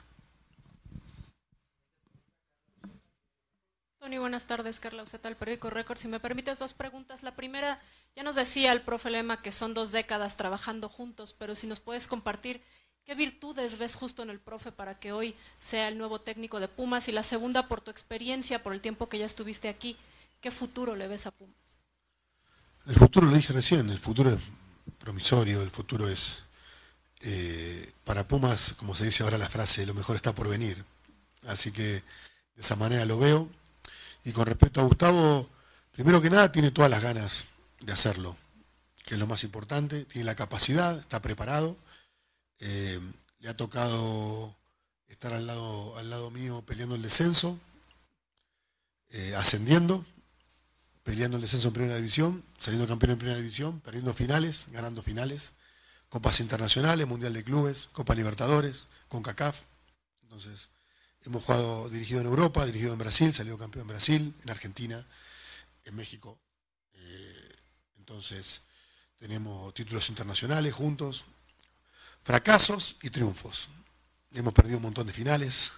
[SPEAKER 13] Tony, buenas tardes. Carla Uceta, el periódico Record. Si me permites dos preguntas. La primera, ya nos decía el profe Lema que son dos décadas trabajando juntos, pero si nos puedes compartir qué virtudes ves justo en el profe para que hoy sea el nuevo técnico de Pumas. Y la segunda, por tu experiencia, por el tiempo que ya estuviste aquí, ¿qué futuro le ves a Pumas?
[SPEAKER 1] El futuro, lo dije recién, el futuro es promisorio, el futuro es, eh, para Pumas, como se dice ahora la frase, lo mejor está por venir. Así que de esa manera lo veo. Y con respecto a Gustavo, primero que nada tiene todas las ganas de hacerlo, que es lo más importante, tiene la capacidad, está preparado. Eh, le ha tocado estar al lado, al lado mío peleando el descenso, eh, ascendiendo, peleando el descenso en primera división, saliendo campeón en primera división, perdiendo finales, ganando finales, copas internacionales, mundial de clubes, Copa Libertadores, con CACAF. Entonces, hemos jugado dirigido en Europa, dirigido en Brasil, salió campeón en Brasil, en Argentina, en México. Eh, entonces, tenemos títulos internacionales juntos, fracasos y triunfos. Hemos perdido un montón de finales,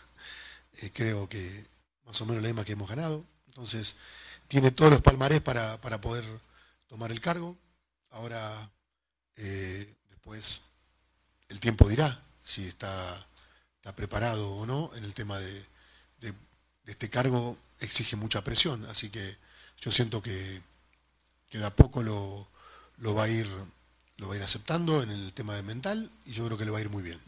[SPEAKER 1] eh, creo que más o menos la misma que hemos ganado. Entonces, tiene todos los palmarés para, para poder tomar el cargo. Ahora, eh, después, el tiempo dirá si está, está preparado o no en el tema de, de- de este cargo exige mucha presión, así que yo siento que, que de a poco lo, lo va a ir lo va a ir aceptando en el tema de mental y yo creo que le va a ir muy bien.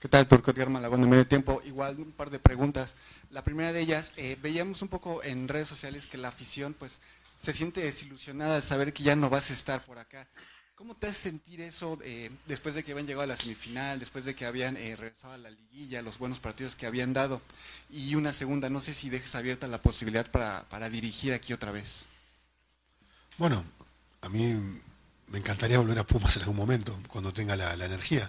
[SPEAKER 14] ¿Qué tal, Turco Edgar Malagón de Medio Tiempo? Igual un par de preguntas. La primera de ellas, eh, veíamos un poco en redes sociales que la afición pues se siente desilusionada al saber que ya no vas a estar por acá. ¿Cómo te hace sentir eso eh, después de que habían llegado a la semifinal, después de que habían eh, regresado a la liguilla, los buenos partidos que habían dado? Y una segunda, no sé si dejes abierta la posibilidad para, para dirigir aquí otra vez.
[SPEAKER 1] Bueno, a mí me encantaría volver a Pumas en algún momento, cuando tenga la, la energía,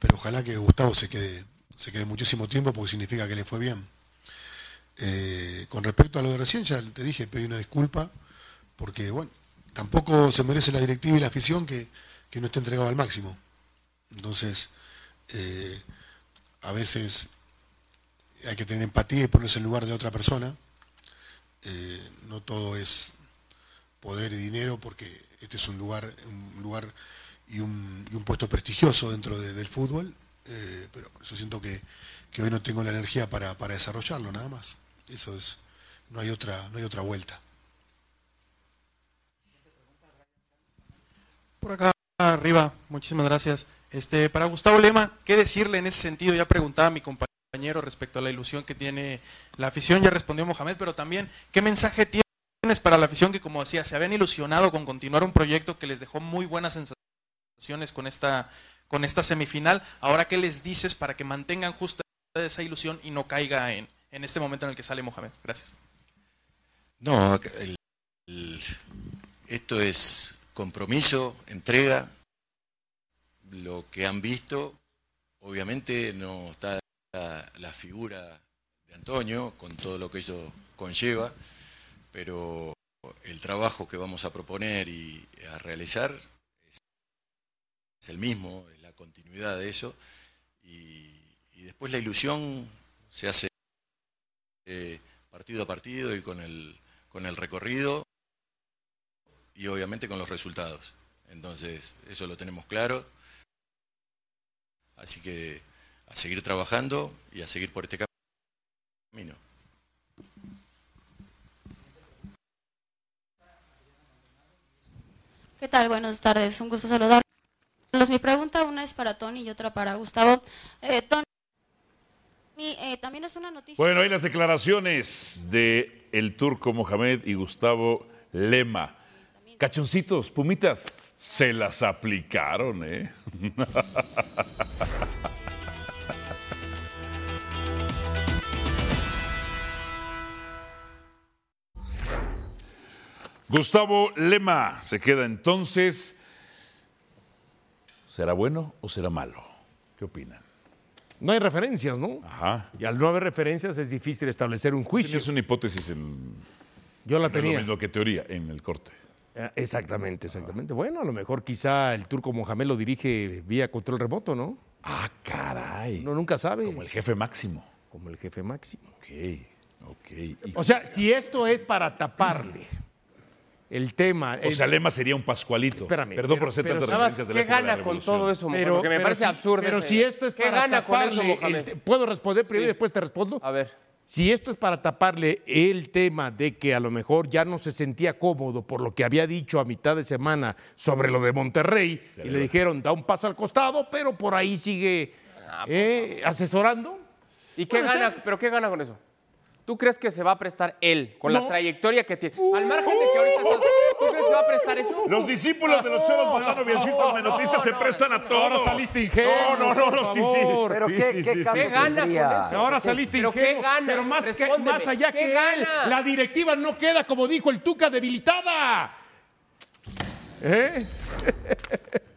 [SPEAKER 1] pero ojalá que Gustavo se quede, se quede muchísimo tiempo porque significa que le fue bien. Eh, con respecto a lo de recién, ya te dije, pedí una disculpa, porque bueno, tampoco se merece la directiva y la afición que, que no esté entregado al máximo. Entonces, eh, a veces hay que tener empatía y ponerse en lugar de otra persona. Eh, no todo es poder y dinero, porque este es un lugar, un lugar y, un, y un puesto prestigioso dentro de- del fútbol, eh, pero yo siento que, que hoy no tengo la energía para, para desarrollarlo, nada más. Eso es, no hay otra, no hay otra vuelta.
[SPEAKER 3] Por acá arriba, muchísimas gracias. Este, para Gustavo Lema, ¿qué decirle en ese sentido? Ya preguntaba mi compañero respecto a la ilusión que tiene la afición, ya respondió Mohamed, pero también, ¿qué mensaje tienes para la afición que, como decía, se habían ilusionado con continuar un proyecto que les dejó muy buenas sensaciones con esta, con esta semifinal? Ahora, ¿qué les dices para que mantengan justa esa ilusión y no caiga en, en este momento en el que sale Mohamed? Gracias.
[SPEAKER 15] No, el- el- esto es compromiso, entrega. Lo que han visto, obviamente no está la, la figura de Antonio con todo lo que eso conlleva, pero el trabajo que vamos a proponer y a realizar es, es el mismo, es la continuidad de eso y, y después la ilusión se hace eh, partido a partido y con el, con el recorrido y obviamente con los resultados. Entonces, eso lo tenemos claro. Así que a seguir trabajando y a seguir por este cam- camino.
[SPEAKER 16] ¿Qué tal? Buenas tardes, un gusto saludarlos. Mi pregunta, una es para Tony y otra para Gustavo. Eh, Tony, eh, también es una noticia.
[SPEAKER 2] Bueno, ahí las declaraciones de el turco Mohamed y Gustavo Lema. Cachoncitos, pumitas, se las aplicaron, ¿eh? <laughs> Gustavo Lema se queda entonces. ¿Será bueno o será malo? ¿Qué opinan?
[SPEAKER 4] No hay referencias, ¿no?
[SPEAKER 2] Ajá.
[SPEAKER 4] Y al no haber referencias es difícil establecer un juicio.
[SPEAKER 2] Es una hipótesis en.
[SPEAKER 4] Yo la
[SPEAKER 2] no es
[SPEAKER 4] tenía.
[SPEAKER 2] lo mismo que teoría en el corte.
[SPEAKER 4] Ah, Exactamente, exactamente. Bueno, a lo mejor quizá el turco Mohamed lo dirige vía control remoto, ¿no?
[SPEAKER 2] Ah, caray.
[SPEAKER 4] No, nunca sabe. Como
[SPEAKER 2] el jefe máximo.
[SPEAKER 4] Como el jefe máximo.
[SPEAKER 2] Ok, ok. Y-
[SPEAKER 4] O sea, si esto es para taparle el tema.
[SPEAKER 2] O sea, Lema sería un pascualito.
[SPEAKER 4] Espérame.
[SPEAKER 2] Perdón por
[SPEAKER 4] pero-
[SPEAKER 2] hacer
[SPEAKER 4] pero-
[SPEAKER 2] tantas referencias de la época de la Revolución.
[SPEAKER 4] Pero-
[SPEAKER 7] porque me
[SPEAKER 4] pero
[SPEAKER 7] parece
[SPEAKER 4] si-
[SPEAKER 7] absurdo
[SPEAKER 4] Pero
[SPEAKER 7] ese-
[SPEAKER 4] si esto es
[SPEAKER 7] ¿Qué
[SPEAKER 4] para
[SPEAKER 7] gana con eso,
[SPEAKER 4] taparle el
[SPEAKER 7] Mohamed?
[SPEAKER 4] te- ¿Puedo responder primero
[SPEAKER 7] Sí.
[SPEAKER 4] y después te respondo?
[SPEAKER 7] A ver.
[SPEAKER 4] Si esto es para taparle el tema de que a lo mejor ya no se sentía cómodo por lo que había dicho a mitad de semana sobre lo de Monterrey y le dijeron da un paso al costado, pero por ahí sigue eh, asesorando.
[SPEAKER 7] Ah, pues ¿Y qué
[SPEAKER 4] Puede ser.
[SPEAKER 7] gana? ¿Pero qué gana con eso? ¿Tú crees que se va a prestar él con la
[SPEAKER 4] No.
[SPEAKER 7] trayectoria que tiene? Al margen de que ahorita estás- ¿Tú crees que va a prestar eso?
[SPEAKER 2] Los discípulos de los choros matando biencitos menotistas se prestan a todo.
[SPEAKER 4] Ahora saliste ingenuo.
[SPEAKER 2] No, no, no,
[SPEAKER 4] por
[SPEAKER 2] sí, sí.
[SPEAKER 4] favor. Sí, sí, sí, sí.
[SPEAKER 7] ¿Qué gana con eso?
[SPEAKER 4] Ahora saliste
[SPEAKER 7] ¿Pero
[SPEAKER 4] ingenuo.
[SPEAKER 7] qué gana?
[SPEAKER 4] Pero más, que-
[SPEAKER 7] Respóndeme,
[SPEAKER 4] más allá
[SPEAKER 7] ¿qué
[SPEAKER 4] que él,
[SPEAKER 7] gana?
[SPEAKER 4] la directiva no queda, como dijo el Tuca, debilitada. ¿Eh?